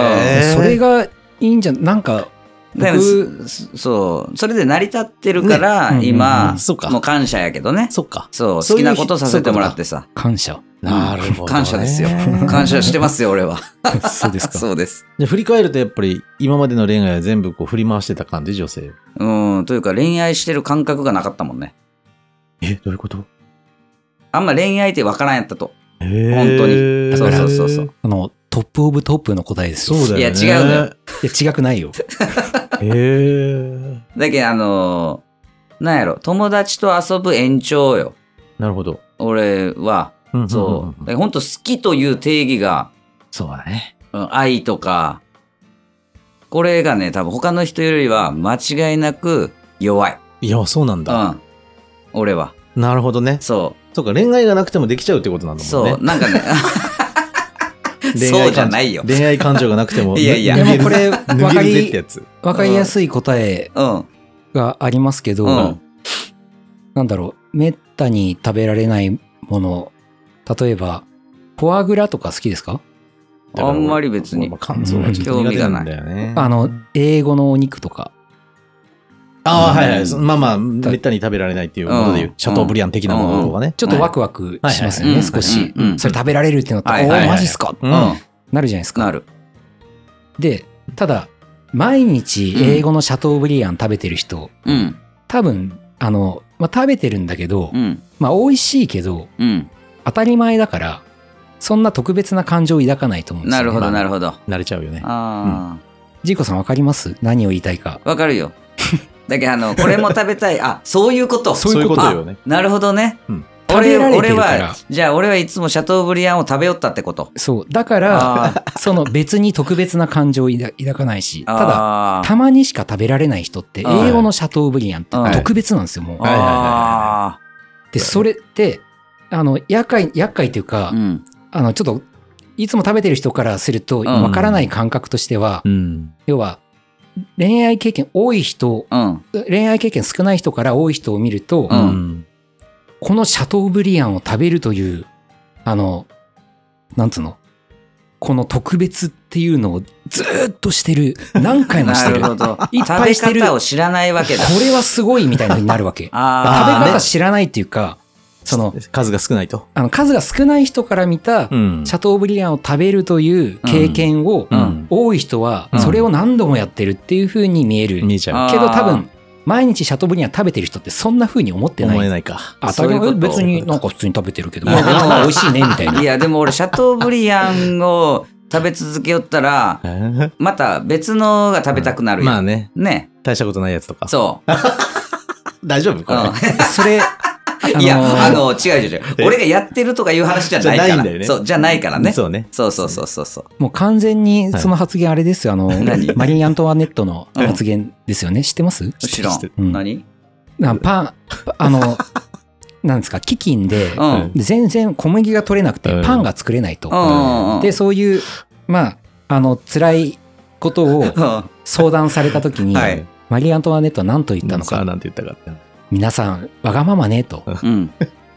Speaker 1: え。
Speaker 3: それがいいんじゃん。なんか、
Speaker 2: だから
Speaker 3: 僕
Speaker 2: すそう。それで成り立ってるから、
Speaker 3: ねうんうん
Speaker 2: 今、
Speaker 1: うんそうか
Speaker 2: もう感謝やけどね。
Speaker 1: そっか。
Speaker 2: そう。
Speaker 1: そ
Speaker 2: 好
Speaker 1: うい
Speaker 2: き
Speaker 1: う
Speaker 2: なことさせてもらってさ。
Speaker 3: 感謝。
Speaker 1: なるほどね
Speaker 2: 感謝ですよ。感謝してますよ、俺は。
Speaker 1: [laughs]
Speaker 3: そうですか。
Speaker 2: そうです。
Speaker 1: で振り返るとやっぱり今までの恋愛は全部こう振り回してた感じ、女性。
Speaker 2: うん。というか、恋愛してる感覚がなかったもんね。
Speaker 1: え、どういうこと
Speaker 2: あんま恋愛ってわからんやったと。
Speaker 1: へえ
Speaker 2: 本当にそうそうそうそう。
Speaker 3: あの、トップオブトップの答えです
Speaker 1: そ
Speaker 3: よ。
Speaker 1: うだよね。
Speaker 2: いや違うのよ
Speaker 3: いや、違くないよ。
Speaker 1: のよ。へえ。
Speaker 2: だけど、あのーなんやろ、友達と遊ぶ延長よ。
Speaker 1: なるほど。
Speaker 2: 俺は。
Speaker 1: うんうんうん
Speaker 2: そう。だから本当好きという定義が、
Speaker 1: そうだね。
Speaker 2: うん愛とか、これがね、多分他の人よりは間違いなく弱い。
Speaker 1: いや、そうなん
Speaker 2: う
Speaker 1: だ。
Speaker 2: ん。俺は。
Speaker 1: なるほどね。
Speaker 2: そ
Speaker 1: そうか、恋愛がなくてもできちゃうってことなん
Speaker 2: う。
Speaker 1: だもんね。
Speaker 2: そう。なんかね、 [laughs]
Speaker 1: 恋愛
Speaker 2: そう
Speaker 1: 感
Speaker 2: じゃないよ
Speaker 1: 恋愛感情がなくても。
Speaker 2: [laughs] いやい [laughs] や
Speaker 1: ぬ
Speaker 3: で
Speaker 1: 逃
Speaker 3: も
Speaker 1: げる
Speaker 3: これ、
Speaker 2: [laughs]
Speaker 3: わ
Speaker 1: 脱
Speaker 3: か
Speaker 1: げるぜっ
Speaker 3: り
Speaker 1: て、やつ。
Speaker 3: わかりやすい答え
Speaker 2: うん。
Speaker 3: がありますけど、
Speaker 2: うん。
Speaker 3: なんだろう、めったに食べられないもの、例えば、フォアグラとか好きですか
Speaker 2: あんまり別に
Speaker 1: まあ肝臓がちょっと苦手なんだよね。
Speaker 3: あの、英語のお肉とか。
Speaker 1: ああ、
Speaker 2: うん、
Speaker 1: はいはい。そまあまあ、めったに食べられないっていうことでいううんシャトーブリアン的なものとかね。
Speaker 3: ちょっとワクワクしますよね、
Speaker 2: はいはい
Speaker 3: 少し、
Speaker 2: うんうん
Speaker 3: それ食べられるってなったら、
Speaker 2: はいはいはい
Speaker 3: おお、マジっすかっ
Speaker 1: う
Speaker 3: て
Speaker 1: ん
Speaker 2: うん。
Speaker 3: なるじゃないですか。
Speaker 2: なる。
Speaker 3: で、ただ、毎日
Speaker 2: うん
Speaker 3: 英語のシャトーブリアン食べてる人、
Speaker 2: うん。
Speaker 3: 多分、あの、まあ、食べてるんだけど、
Speaker 2: うん。
Speaker 3: まあ、美味しいけど、
Speaker 2: うん。
Speaker 3: 当たり前だから、そんな特別な感情を抱かないと思うんです
Speaker 2: な
Speaker 3: よ、ね。
Speaker 2: るほど、なる
Speaker 3: ほ
Speaker 2: ほど。あ
Speaker 1: 慣れちゃうよね。
Speaker 2: あ
Speaker 3: ジーコさんわかります何を言いたいか。
Speaker 2: ー。わかるよ。だけどあの、これも食べたい。あ、そういうこと。
Speaker 3: そういうこと
Speaker 1: そういうことよね
Speaker 2: あなるほどね。
Speaker 1: うん
Speaker 2: 俺
Speaker 3: 食べられて
Speaker 2: 俺
Speaker 3: るから
Speaker 2: は、じゃあ俺はいつもシャトーブリアンを食べよったってこと。
Speaker 3: そう。だから、
Speaker 2: あー
Speaker 3: その別に特別な感情を抱抱かないし、ただ、
Speaker 2: あー
Speaker 3: たまにしか食べられない人って、
Speaker 2: あー
Speaker 3: 栄養のシャトーブリアンって
Speaker 2: はい
Speaker 3: 特別なんですよ、もう。
Speaker 1: はいはいはい
Speaker 2: あ
Speaker 3: で、それって、あの、厄介、厄介というか、
Speaker 2: ー、うん。
Speaker 3: あの、ちょっと、いつも食べてる人からすると、
Speaker 2: ん
Speaker 3: わからない感覚としては、
Speaker 1: うん。
Speaker 3: 要は、恋愛経験多い人、
Speaker 2: うん。
Speaker 3: 恋愛経験少ない人から多い人を見ると、
Speaker 2: うん
Speaker 3: このシャトーブリアンを食べるという、あの、なんつうのこの特別っていうのをずーっとしてる。何回もし
Speaker 2: [laughs] な
Speaker 3: て
Speaker 2: る
Speaker 3: る。
Speaker 2: ほ
Speaker 3: こ
Speaker 2: ど。
Speaker 3: いっ
Speaker 2: 食
Speaker 3: ぱ
Speaker 2: べ
Speaker 3: いしてる
Speaker 2: 方を知らないわけだ。
Speaker 3: れはすごいみたいな風になるわけ。食
Speaker 2: [laughs]
Speaker 3: べ
Speaker 2: あー
Speaker 3: 方知らないっていうか、その、
Speaker 1: 数が少ないと。
Speaker 3: あの数が少ない人から見た、
Speaker 1: うん
Speaker 3: シャトーブリアンを食べるという経験を、
Speaker 1: うん
Speaker 2: うん
Speaker 3: 多い人は
Speaker 1: うん
Speaker 3: それを何度もやってるっていう風に見える。
Speaker 1: 見えちゃ
Speaker 2: あ
Speaker 1: う。
Speaker 2: ー
Speaker 3: けど多分、毎日シャトーブリアン食べてる人ってそんな風に思ってない
Speaker 1: 思え。ないか。
Speaker 3: あ、
Speaker 2: そういうこと
Speaker 3: 別になんか普通に食べてるけど、
Speaker 2: うん
Speaker 3: まあ、まあ美味しいね、みたいな。
Speaker 2: いや、でも俺、シャトーブリアンを食べ続けよったら、また別のが食べたくなるよ。
Speaker 1: まあね、
Speaker 2: ね。
Speaker 1: 大したことないやつとか。
Speaker 2: そう。
Speaker 1: 大丈夫こ
Speaker 2: う
Speaker 1: れ。
Speaker 2: ん
Speaker 3: それ、
Speaker 2: [laughs] いや、あ
Speaker 3: ー
Speaker 2: の、違う違う違う。俺がやってるとかいう話じゃない
Speaker 1: じゃな
Speaker 2: か
Speaker 1: いんだよ
Speaker 2: ら。
Speaker 1: ね
Speaker 2: そう、じゃないからね。
Speaker 1: [laughs]
Speaker 2: そ
Speaker 1: そうね。
Speaker 2: うそうそうそうそう。
Speaker 3: もう完全にその発言あれですよ。あの
Speaker 2: 何、
Speaker 3: マリー・アントワネットの発言ですよね。知ってます
Speaker 2: 知らん
Speaker 1: 知ってる。
Speaker 3: うん
Speaker 2: 何
Speaker 3: なパン、あの、 [laughs] なんですか、基金で、
Speaker 2: うん。うん
Speaker 3: で全然小麦が取れなくて
Speaker 1: うん
Speaker 3: パンが作れないと。
Speaker 2: うんうん。
Speaker 3: で、そういう、まあ、あの、辛いことを
Speaker 2: うん、は
Speaker 3: 相談された時に、
Speaker 2: い。
Speaker 3: マリー・アントワネットは何と言ったの
Speaker 1: さあ
Speaker 3: か。
Speaker 1: なんて言ったか。
Speaker 3: 皆さん、わがままね、と。
Speaker 2: うん。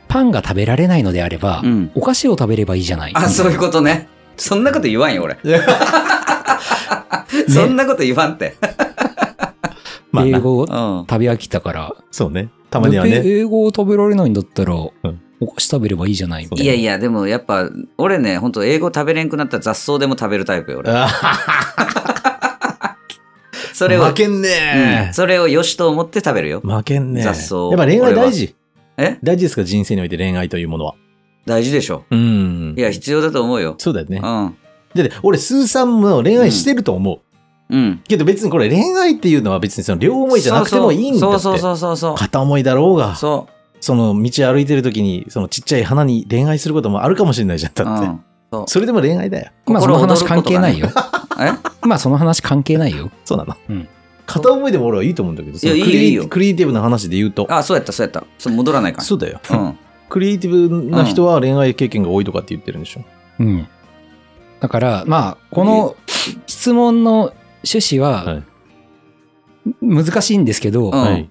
Speaker 3: パンが食べられないのであれば、
Speaker 2: うん。
Speaker 3: お菓子を食べればいいじゃない。
Speaker 2: あ、そういうことね。そんなこと言わんよ、俺。そんなこと言わんって。
Speaker 1: まあ
Speaker 3: 英
Speaker 1: な、
Speaker 3: 語
Speaker 2: う
Speaker 3: を
Speaker 2: ん。
Speaker 3: 食べ飽きたから、
Speaker 1: そうね。たまには
Speaker 3: だって
Speaker 1: ね。
Speaker 3: 英語を食べられないんだったら、
Speaker 1: ん
Speaker 3: お菓子食べればいいじゃないみたいな。
Speaker 2: いやいや、でもやっぱ、俺ね、本当英語食べれんくなったら雑草でも食べるタイプよ、俺。
Speaker 1: あ
Speaker 2: それを、
Speaker 1: 負けん
Speaker 2: う
Speaker 1: ね
Speaker 2: ん、それを良しと思って食べるよ。
Speaker 1: 負けんね
Speaker 2: 雑草
Speaker 1: やっぱ恋愛大事。
Speaker 2: え
Speaker 1: 大事ですか人生において恋愛というものは。
Speaker 2: 大事でしょ。
Speaker 1: うん
Speaker 2: い。や、必要だと思うよ。
Speaker 1: そうだよね
Speaker 2: う。ん。
Speaker 1: だって、俺、スーさんも恋愛してると思う。
Speaker 2: うん。
Speaker 1: けど別にこれ恋愛っていうのは別にその両思いじゃなくてもいいんだって。
Speaker 2: そうそうそうそうそうそう。
Speaker 1: 片思いだろうが、
Speaker 2: そ
Speaker 1: その道歩いてる時に、そのちっちゃい花に恋愛することもあるかもしれないじゃん、
Speaker 2: う。う
Speaker 1: だって。
Speaker 2: ん。
Speaker 1: それでも恋愛だよ。
Speaker 3: まあその話
Speaker 2: 心躍るこ
Speaker 3: 関
Speaker 2: と
Speaker 3: 係
Speaker 2: が
Speaker 3: な
Speaker 2: ね
Speaker 3: い
Speaker 1: [laughs]
Speaker 3: よ。
Speaker 2: え
Speaker 3: まあその話関係ないよ。
Speaker 1: そうなの。
Speaker 3: うん
Speaker 1: 片思いでも俺はいいと思うんだけど、その
Speaker 2: いや
Speaker 1: クリエイ
Speaker 2: いいよ
Speaker 1: クリエイティブな話で言うと。
Speaker 2: あ、そうやった、そうやった。そう戻らないか
Speaker 1: そうだよ。
Speaker 2: ら。うん。
Speaker 1: クリエイティブな人は恋愛経験が多いとかって言ってるんでしょ。
Speaker 3: うん。だから、まあ、この質問の趣旨
Speaker 1: は、
Speaker 3: はい難しいんですけ
Speaker 2: うん
Speaker 3: ど、
Speaker 1: はい。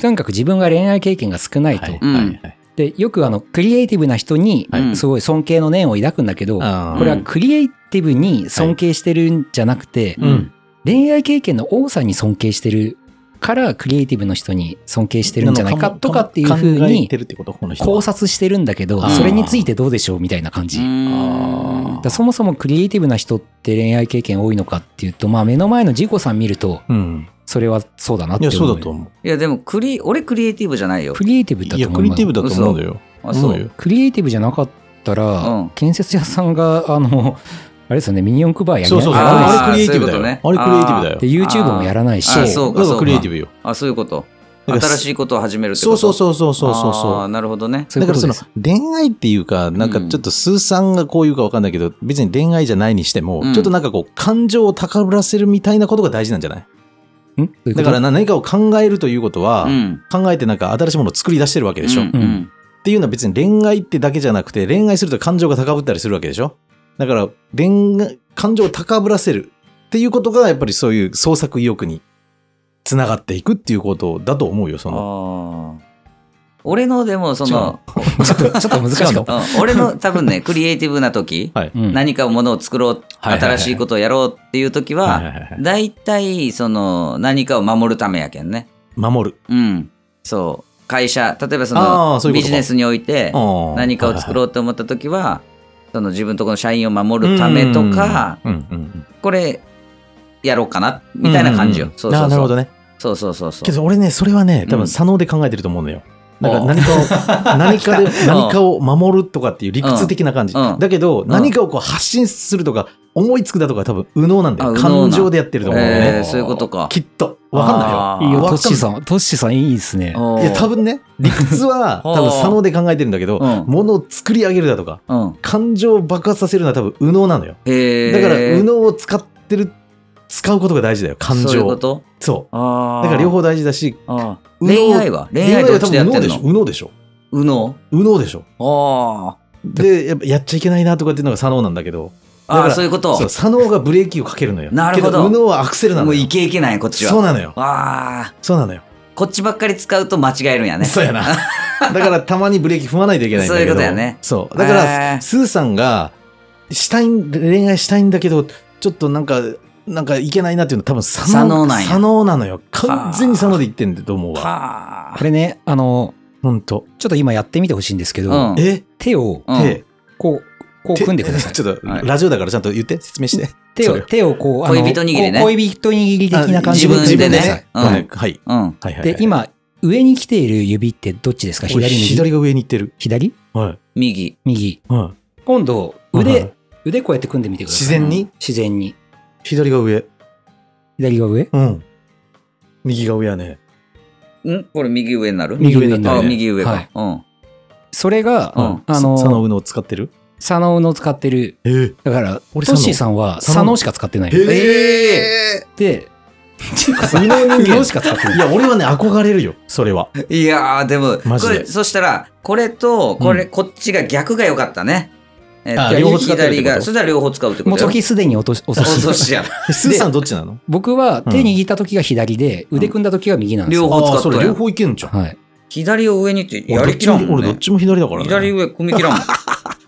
Speaker 3: とにかく自分が恋愛経験が少ないと。
Speaker 1: はい。
Speaker 2: うん
Speaker 1: はいはい。
Speaker 3: で、よくあの、クリエイティブな人に
Speaker 2: は、い
Speaker 3: すごい尊敬の念を抱くんだけど、
Speaker 1: あー
Speaker 3: これはクリエイティブに尊敬してるんじゃなくて、
Speaker 1: うん
Speaker 3: 恋愛経験の多さに尊敬してるからクリエイティブの人に尊敬してるんじゃないかとかっていうふう
Speaker 1: 考え
Speaker 3: に
Speaker 1: てるってことこの人は
Speaker 3: 考察してるんだけど
Speaker 1: あー
Speaker 3: それについてどうでしょうみたいな感じ
Speaker 2: う
Speaker 3: だか
Speaker 2: ーん
Speaker 3: らそもそもクリエイティブな人って恋愛経験多いのかっていうとまあ目の前のジコさん見ると
Speaker 1: うん。
Speaker 3: それはそうだなっ
Speaker 1: い
Speaker 3: て
Speaker 1: や、
Speaker 3: 思う
Speaker 1: そうだと思
Speaker 2: いや、でも、クリ、俺クリエイティブじゃないよ
Speaker 3: ク。リエイティブだ
Speaker 1: う。いや、
Speaker 3: と思
Speaker 1: ク
Speaker 3: う
Speaker 1: リエイティブだと思うんだよ。
Speaker 2: あ、そ
Speaker 1: 思う
Speaker 2: う
Speaker 1: よ。
Speaker 3: クリエイティブじゃなかったら、
Speaker 2: うん
Speaker 3: 建設屋さんがあの [laughs] あれですよねミニ四駆バーやり
Speaker 1: そうそうそう。
Speaker 3: や
Speaker 1: あ
Speaker 2: あー
Speaker 1: れクリエイティブだよ。
Speaker 2: そういう
Speaker 1: あ
Speaker 2: こ
Speaker 1: れ
Speaker 2: とね
Speaker 1: クリエイティブだよ
Speaker 3: ら。ないで YouTube もやらないし
Speaker 2: あーそうか
Speaker 1: だからクリエイティ
Speaker 2: ブ。
Speaker 1: ブよ。
Speaker 2: あ、そういうこと。
Speaker 1: だから
Speaker 2: 新しいことを始めるってこ
Speaker 1: そう
Speaker 2: と
Speaker 1: そうそうそうそうそう
Speaker 2: あー
Speaker 1: そう。
Speaker 2: なるほどね。
Speaker 3: そうい
Speaker 1: だ
Speaker 3: う
Speaker 1: か
Speaker 3: こ
Speaker 1: ら
Speaker 3: と
Speaker 1: そ
Speaker 3: で
Speaker 1: の
Speaker 3: す
Speaker 1: 恋愛っていうか、なんかちょっとスーさんがこういうかわかんないけど、別に恋愛じゃないにしても、
Speaker 2: うん
Speaker 1: ちょっとなんかこう感情を高ぶらせるみたいなことが大事なんじゃない
Speaker 3: んどういう
Speaker 1: だ
Speaker 3: こと
Speaker 1: からな何かを考えるということは、
Speaker 2: うん。
Speaker 1: 考えてなんか新しいものを作り出してるわけでしょ、
Speaker 2: うん
Speaker 1: っ
Speaker 2: うん。
Speaker 1: ていうのは別に恋愛ってだけじゃなくて、恋愛すると感情が高ぶったりするわけでしょだから恋愛、感情を高ぶらせるっていうことがやっぱりそういう創作意欲につながっていくっていうことだと思うよ、その。
Speaker 2: ああ。俺の、でも、その、
Speaker 3: ちょっとちょっと難しかっ
Speaker 1: 違う
Speaker 3: た
Speaker 1: の
Speaker 2: [laughs] うん俺の多分ね、クリエイティブな時、
Speaker 1: [laughs] はい。
Speaker 3: うん
Speaker 2: 何かものを作ろう、
Speaker 1: はいはいはい
Speaker 2: 新しいことをやろうっていう時
Speaker 1: はい
Speaker 2: は、
Speaker 1: はいはい
Speaker 2: 大体、その、何かを守るためやけんね。
Speaker 1: 守る。
Speaker 2: うん。そう。会社、例えばそ
Speaker 1: あー
Speaker 2: の
Speaker 1: そういう
Speaker 2: ビ
Speaker 1: ことか
Speaker 2: ジネスにおいて何かを作
Speaker 1: う
Speaker 2: ろうと思った時は、その自分とこの社員を守るためとか、、
Speaker 1: うんうんうん
Speaker 2: これやろうかな、みたいな感じよ
Speaker 1: うん。うん
Speaker 2: そうそ
Speaker 1: あ
Speaker 2: う
Speaker 1: なる
Speaker 2: そ
Speaker 1: ほ
Speaker 2: う。
Speaker 1: どね。
Speaker 2: そうそうそうそ
Speaker 1: け
Speaker 2: う。
Speaker 1: ど俺ね、それはね、多
Speaker 2: う
Speaker 1: 分
Speaker 2: ん
Speaker 1: 左脳で考えてると思うのよ。だから何か
Speaker 2: [laughs]
Speaker 1: を、何かで、
Speaker 2: た
Speaker 1: 何かを守るとかっていう理屈的な感じ。
Speaker 2: うんうん
Speaker 1: だけど、
Speaker 2: ん
Speaker 1: 何かをこう発信するとか、思いつくだとか多分、右脳なんだ
Speaker 2: あ
Speaker 1: よ。
Speaker 2: 右脳な
Speaker 1: 感情でやってると思うんだよ
Speaker 2: え
Speaker 1: ね。
Speaker 2: ー、そういうことか。
Speaker 1: きっと。わかんないよ。
Speaker 2: あー
Speaker 3: いいよ、
Speaker 1: わ
Speaker 3: ト
Speaker 1: かん
Speaker 3: ッ
Speaker 1: ない
Speaker 3: シーさん、トッシーさんいいですね。
Speaker 2: おー
Speaker 1: いや、多分ね、理屈
Speaker 2: [laughs]
Speaker 1: は
Speaker 2: はあ
Speaker 1: 多分左脳で考えてるんだけど、
Speaker 2: うん
Speaker 1: ものを作り上げるだとか、
Speaker 2: うん。
Speaker 1: 感情を爆発させるのは多分右脳なのよ。
Speaker 2: へえ。
Speaker 1: だから、右脳を使ってる、使うことが大事だよ、感情を。
Speaker 2: そういうこと
Speaker 1: そ
Speaker 2: あ
Speaker 1: う
Speaker 2: あ。
Speaker 1: だから両。方大事だし、
Speaker 2: あー
Speaker 1: 右脳
Speaker 2: 恋愛は恋愛
Speaker 1: は
Speaker 2: どっ
Speaker 1: 多
Speaker 2: ちでや
Speaker 1: 分
Speaker 2: っ
Speaker 1: 右
Speaker 2: て
Speaker 1: 脳
Speaker 2: ん
Speaker 1: でしょ、右脳
Speaker 2: の
Speaker 1: でしょ。
Speaker 2: うの
Speaker 1: 右脳でしょ。
Speaker 2: あ
Speaker 1: で、やっぱやっちゃいけないなとかっていうのが左脳なんだけど、
Speaker 2: あ。あ
Speaker 1: だか
Speaker 2: あ、
Speaker 1: ら
Speaker 2: そういうこ
Speaker 1: そう
Speaker 2: と。
Speaker 1: 左脳がブレーキをかけるのよ。
Speaker 2: なるほど
Speaker 1: け右脳はアクセルな
Speaker 2: も
Speaker 1: の
Speaker 2: う
Speaker 1: よ
Speaker 2: い。けいけない、こっちは。
Speaker 1: そうなのよ。
Speaker 2: ああ。
Speaker 1: そうなのよ。
Speaker 2: こっちばっかり使うと間違えるんやね。
Speaker 1: そう
Speaker 2: [laughs]
Speaker 1: やな。だからたまにブレーキ踏まないといけないんだけど。
Speaker 2: そういうことやね
Speaker 1: そうだから、
Speaker 2: へー
Speaker 1: スーさんが、したい、恋愛したいんだけど、ちょっとなんか、なんかいけないなっていうのは多分左
Speaker 2: 左脳なんや
Speaker 1: 左脳なのよ。完全に左脳で言ってんだと思うわ。
Speaker 2: はあ
Speaker 3: こ。れね、あの、
Speaker 1: ほんと。
Speaker 3: ちょっと今やってみてほしいんですけど、
Speaker 2: うん
Speaker 1: え
Speaker 3: 手を、
Speaker 2: うん
Speaker 1: 手。
Speaker 3: こう、こう組んでください。
Speaker 1: [laughs] ちょっと、
Speaker 2: はい
Speaker 1: ラジオだからちゃんと言って、説明して。
Speaker 3: 手
Speaker 1: そ
Speaker 3: を、
Speaker 1: れ
Speaker 3: 手をこう、あの
Speaker 2: 恋人握りね
Speaker 3: こう恋人握り的な感じ
Speaker 2: あ自分でね
Speaker 3: 組んください
Speaker 2: うん
Speaker 1: はいはい。
Speaker 2: うん。
Speaker 1: はいはいはい。
Speaker 3: で、今、上に来ている指ってどっちですか
Speaker 1: 俺、
Speaker 3: 左右
Speaker 1: 左が上に行ってる。
Speaker 3: 左
Speaker 1: はい。
Speaker 2: 右。
Speaker 3: 右。
Speaker 1: は
Speaker 3: 今度、
Speaker 1: い。
Speaker 3: 腕、
Speaker 1: はい
Speaker 3: 腕こうやって組んでみてください。
Speaker 1: 自然に
Speaker 3: 自然に。
Speaker 1: 左が上。
Speaker 3: 左が上
Speaker 1: うん。右が上やね。
Speaker 2: んこれ右上になる
Speaker 1: 右上になる
Speaker 2: あ
Speaker 1: ね
Speaker 2: 右上
Speaker 3: は
Speaker 2: か
Speaker 3: い。
Speaker 2: うん。
Speaker 3: それが、
Speaker 2: うん
Speaker 3: あ
Speaker 1: そ
Speaker 3: の
Speaker 1: 左脳右脳使ってる
Speaker 3: 左脳の使ってる。
Speaker 1: えー
Speaker 3: だから、トッ
Speaker 1: 俺左脳
Speaker 3: シーさんは左脳しか使ってない。
Speaker 1: え
Speaker 2: え
Speaker 3: で、
Speaker 1: 右脳人
Speaker 3: 右
Speaker 1: 間
Speaker 3: 脳しか使ってない
Speaker 1: い。や、俺はね、憧れるよ、それは。
Speaker 2: えいやー、でも、
Speaker 1: マジ
Speaker 2: こ
Speaker 1: で
Speaker 2: れ、そしたら、これと、これ、こっちが逆が良かったね。え
Speaker 1: あ
Speaker 2: と
Speaker 1: 両方使ってるってこと
Speaker 2: 左が、そしたら両方使うってこ
Speaker 3: もう
Speaker 2: とよ。
Speaker 3: 時すでに落とし、遅
Speaker 2: お
Speaker 3: し
Speaker 2: 寿司や。
Speaker 1: えスーさんどっちなの
Speaker 3: 僕は手握った時が左で、腕組んだ時が右なんです
Speaker 2: 両
Speaker 3: よ。
Speaker 2: 方使
Speaker 1: あそ
Speaker 2: っとる
Speaker 1: れ
Speaker 2: や
Speaker 1: 両
Speaker 2: ん。
Speaker 1: 方いけんじゃん。
Speaker 3: はい。
Speaker 2: 左を上にってや
Speaker 1: 俺どっ
Speaker 2: りき
Speaker 1: ちも
Speaker 2: らんもん
Speaker 1: 俺どっ
Speaker 2: ね。
Speaker 1: ちも左だからね。
Speaker 2: 左上組みきらんもん。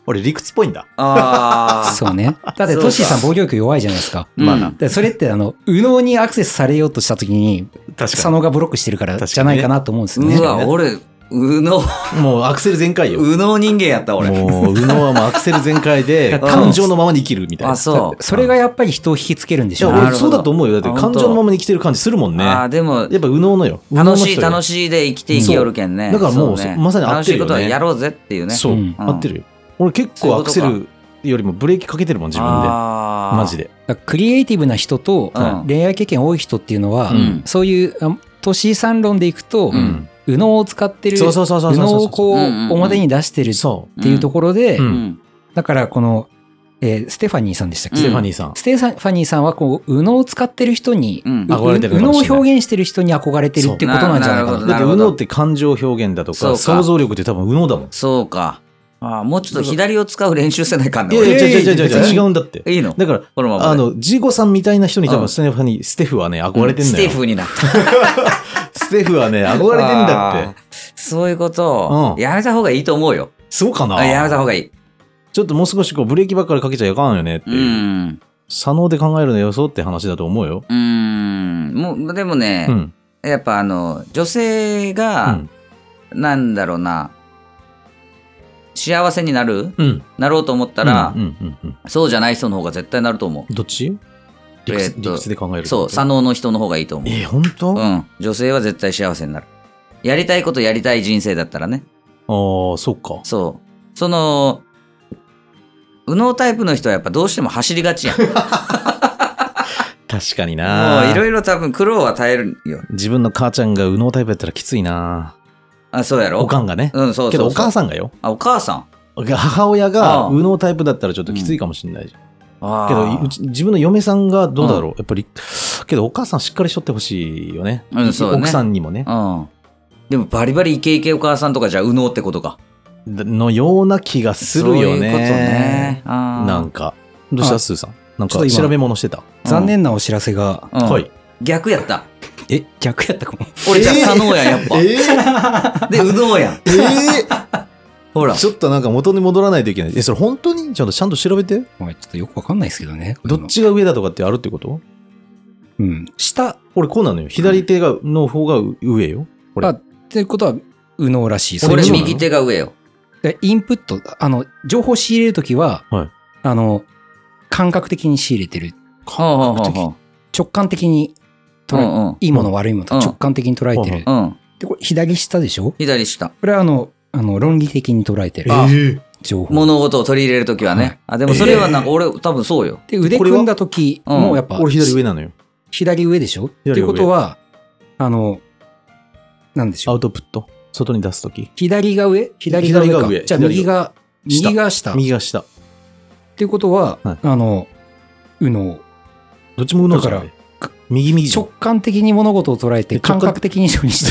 Speaker 1: 俺理屈っぽいんだ。
Speaker 2: あ
Speaker 3: そうね。だって、
Speaker 2: そうか
Speaker 3: トッシーさん防御力弱いじゃないですか。
Speaker 2: う
Speaker 1: [laughs]
Speaker 2: ん
Speaker 1: まあな
Speaker 3: でそれって、あの、右脳にアクセスされようとした時に、
Speaker 1: 確
Speaker 3: 左
Speaker 1: か
Speaker 3: 脳がブロックしてるから
Speaker 1: 確かにね
Speaker 3: じゃないかなと思うんです
Speaker 2: あ。
Speaker 3: よね。
Speaker 2: うわ、俺、右脳、
Speaker 1: に。もうアクセル全開よ。
Speaker 2: 右脳人間やった、俺。
Speaker 1: もう、右脳はもうアクセル全開
Speaker 2: [laughs]
Speaker 1: で、感情のままに生きるみたいな。
Speaker 2: あ、そう。
Speaker 3: それがやっぱり人を引きつけるんで
Speaker 1: い
Speaker 3: し
Speaker 1: や、
Speaker 3: ょう
Speaker 2: な
Speaker 3: ね。
Speaker 2: る
Speaker 1: 俺
Speaker 2: ほど
Speaker 1: そうだと思うよ。だって感情のままに生きてる感じするもんね。
Speaker 2: あ
Speaker 1: や
Speaker 2: あ、
Speaker 1: っ
Speaker 2: でも、
Speaker 1: ぱ右脳のよ。
Speaker 2: 楽しい楽
Speaker 1: し
Speaker 2: しいで生きて生きよるけんね。
Speaker 1: そうだからもう
Speaker 2: そね
Speaker 1: まさに合ってるよね
Speaker 2: 楽しいことはやろうぜっていうね。
Speaker 1: そうう、
Speaker 3: ん
Speaker 1: 合ってるよ。俺結構アクセルよりもブレーキかけてるもん、自分で。
Speaker 2: あー
Speaker 1: マジで。
Speaker 3: だからクリエイティブな人と
Speaker 2: うん
Speaker 3: 恋愛経験多い人っていうのは、
Speaker 1: うん
Speaker 3: そういう、あ都市産論でいくと、
Speaker 2: うん
Speaker 3: 右脳を使ってる、
Speaker 1: そうそうそうそう
Speaker 3: 右
Speaker 1: そう。
Speaker 3: 脳をこう、
Speaker 2: うんうんうん
Speaker 3: 表に出してるっ
Speaker 1: そう。
Speaker 3: ていうところで、
Speaker 1: うん
Speaker 2: うん
Speaker 3: だからこの、えーステファニーさんでしたっけ、
Speaker 1: ステファニーさん。
Speaker 3: ステファニーさんはこう右脳を使ってる人に、
Speaker 2: うん
Speaker 3: う
Speaker 1: 憧れてるのか
Speaker 3: 右脳
Speaker 1: も
Speaker 3: を
Speaker 1: しれない
Speaker 3: 表現してる人に憧れてるってことなんじゃないか
Speaker 2: そ
Speaker 1: だっ
Speaker 2: うなる
Speaker 3: な
Speaker 1: て
Speaker 2: ほど
Speaker 1: 右脳って感情表現だと
Speaker 2: そう
Speaker 1: か
Speaker 2: か
Speaker 1: 想像力って多分右脳だもん。
Speaker 2: そうか。ああ、もうちょっと左を使う練習せないかん
Speaker 1: い
Speaker 2: ね。
Speaker 1: やい
Speaker 2: 俺
Speaker 1: や違う違う違う
Speaker 3: いやいや
Speaker 1: 違う違うんだって。
Speaker 2: いいの
Speaker 1: だから、
Speaker 2: このままで。
Speaker 1: あの、ジーゴさんみたいな人に多
Speaker 2: うん
Speaker 1: 分ステファニー、ステフはね、憧れてん
Speaker 2: ス
Speaker 1: だ
Speaker 2: テ
Speaker 1: よ。
Speaker 2: フになった。
Speaker 1: ステフはね、憧れてんだ
Speaker 2: あ
Speaker 1: っ
Speaker 2: ー
Speaker 1: て。。
Speaker 2: そういうことを
Speaker 1: うん
Speaker 2: やめた方がいいと思うよ。
Speaker 1: そうかな
Speaker 2: あやめた方がいい。
Speaker 1: ちょっともう少しこうブレーキばっかりかけちゃいかんよねって
Speaker 2: う
Speaker 1: いう。
Speaker 2: ん。
Speaker 1: 左脳で考えるのよそうって話だと思うよ。
Speaker 2: うん。もう、でもね
Speaker 1: う、ん。
Speaker 2: やっぱあの、女性
Speaker 1: う
Speaker 2: が
Speaker 1: ん、。
Speaker 2: なんだろうな、幸せになる
Speaker 1: うん。
Speaker 2: なろうと思ったら
Speaker 1: うん、うんうんうん。
Speaker 2: そうじゃない人の方が絶対なると思
Speaker 1: どっち理
Speaker 2: え
Speaker 1: 屈
Speaker 2: ーっと
Speaker 1: 理屈で考える
Speaker 2: う。
Speaker 1: と。
Speaker 2: そう、左脳の人の方がいいと思う。
Speaker 1: えー、本当
Speaker 2: う
Speaker 1: あ
Speaker 2: ん。女性は絶対幸せになる。やりたいことやりたい人生だったらね。
Speaker 1: あ、そっか。
Speaker 2: そう。その、右脳タイプの人はやっぱどうしても走りがちやん。も
Speaker 1: 確かに
Speaker 2: ういろ
Speaker 1: ない
Speaker 2: ろ多分苦労は耐えるよ。
Speaker 1: 自分の母ちゃんが右脳タイプやったらきついな
Speaker 2: あ、そうやろ
Speaker 1: おかんがね。
Speaker 2: うん、そうそうそう。
Speaker 1: けどお母さんがよ。
Speaker 2: あ、お母さん。
Speaker 1: 母親
Speaker 2: ああ
Speaker 1: が右脳タイプだったらちょっときついかもしれないじゃん。
Speaker 2: あ
Speaker 1: け
Speaker 2: ー
Speaker 1: どうち自分の嫁さんがどうだろう、やっぱりけどお母さんしっかりしとってほしいよね,、
Speaker 2: うんそうね
Speaker 1: 奥さんにもね、
Speaker 2: うん。でもバリバリイケイケお母さんとかじゃ右脳ってことか。
Speaker 1: のような気がする
Speaker 2: そう
Speaker 1: よね
Speaker 2: いうことね。あー
Speaker 1: なんかどうした
Speaker 3: あ
Speaker 1: スーさんなん
Speaker 3: ちょっと
Speaker 1: か
Speaker 3: 今
Speaker 1: 調べ物してた、
Speaker 3: 残念なお知らせが、
Speaker 2: うん
Speaker 1: はい
Speaker 2: 逆やった。
Speaker 3: え、逆やった [laughs] かも。
Speaker 2: 俺じゃあ左脳やん、やっぱ。で、右脳やん。
Speaker 1: え
Speaker 2: ほら。
Speaker 1: ちょっとなんか元に戻らないといけないえそれ本当にちゃんとちゃんと調べて
Speaker 3: ごめんちょっとよくわかんないですけどね。
Speaker 1: どっちが上だとかってあるってこと
Speaker 3: うん。下
Speaker 1: 俺こうなのよ左手がの方が上よこれ
Speaker 3: あってことは、右脳らしい。
Speaker 1: こ
Speaker 2: こ
Speaker 1: れ
Speaker 2: れ
Speaker 1: 右
Speaker 2: 右手が上よ。
Speaker 3: でインプット、あの、情報を仕入れるときは、
Speaker 1: はい
Speaker 3: あの、感覚的に仕入れてる。
Speaker 2: はあはあはあは
Speaker 3: 直感的に
Speaker 2: あ。う
Speaker 3: 捉え、
Speaker 2: んうん
Speaker 3: いいもの悪いものと
Speaker 2: うん
Speaker 3: 直感的に捉えてる。
Speaker 1: うん
Speaker 2: うん。
Speaker 3: で、これ左下でしょ
Speaker 2: 左下。
Speaker 3: これはあの、あの論理的に捉えてる。
Speaker 1: えー
Speaker 3: 情報。
Speaker 2: 物事を取り入れるときはね、
Speaker 3: はい
Speaker 2: あでもそれはなんか俺多分そうよ、
Speaker 3: で、腕
Speaker 1: これは
Speaker 3: 組んだ時
Speaker 2: うん
Speaker 3: もやっぱ、
Speaker 1: 俺左上なのよ。
Speaker 3: 左上でしょって
Speaker 1: 上
Speaker 3: いうことは、あの、なんでし
Speaker 1: ア
Speaker 3: ょ
Speaker 1: ウ
Speaker 3: う。
Speaker 1: トプット。外に出すとき。
Speaker 3: 左が上左が上
Speaker 1: 左
Speaker 3: か
Speaker 1: が上
Speaker 3: じゃあ
Speaker 1: 左が
Speaker 3: 右が、
Speaker 1: 下
Speaker 3: 右が下。
Speaker 1: 右
Speaker 3: っ
Speaker 1: が下。
Speaker 3: ていうことは、
Speaker 1: はい
Speaker 3: あの、右脳。
Speaker 1: どっちもうのじゃん
Speaker 3: だか
Speaker 1: 右右じゃん
Speaker 3: 直感的に物事を捉えて、
Speaker 1: 直感
Speaker 3: 感覚的に処理し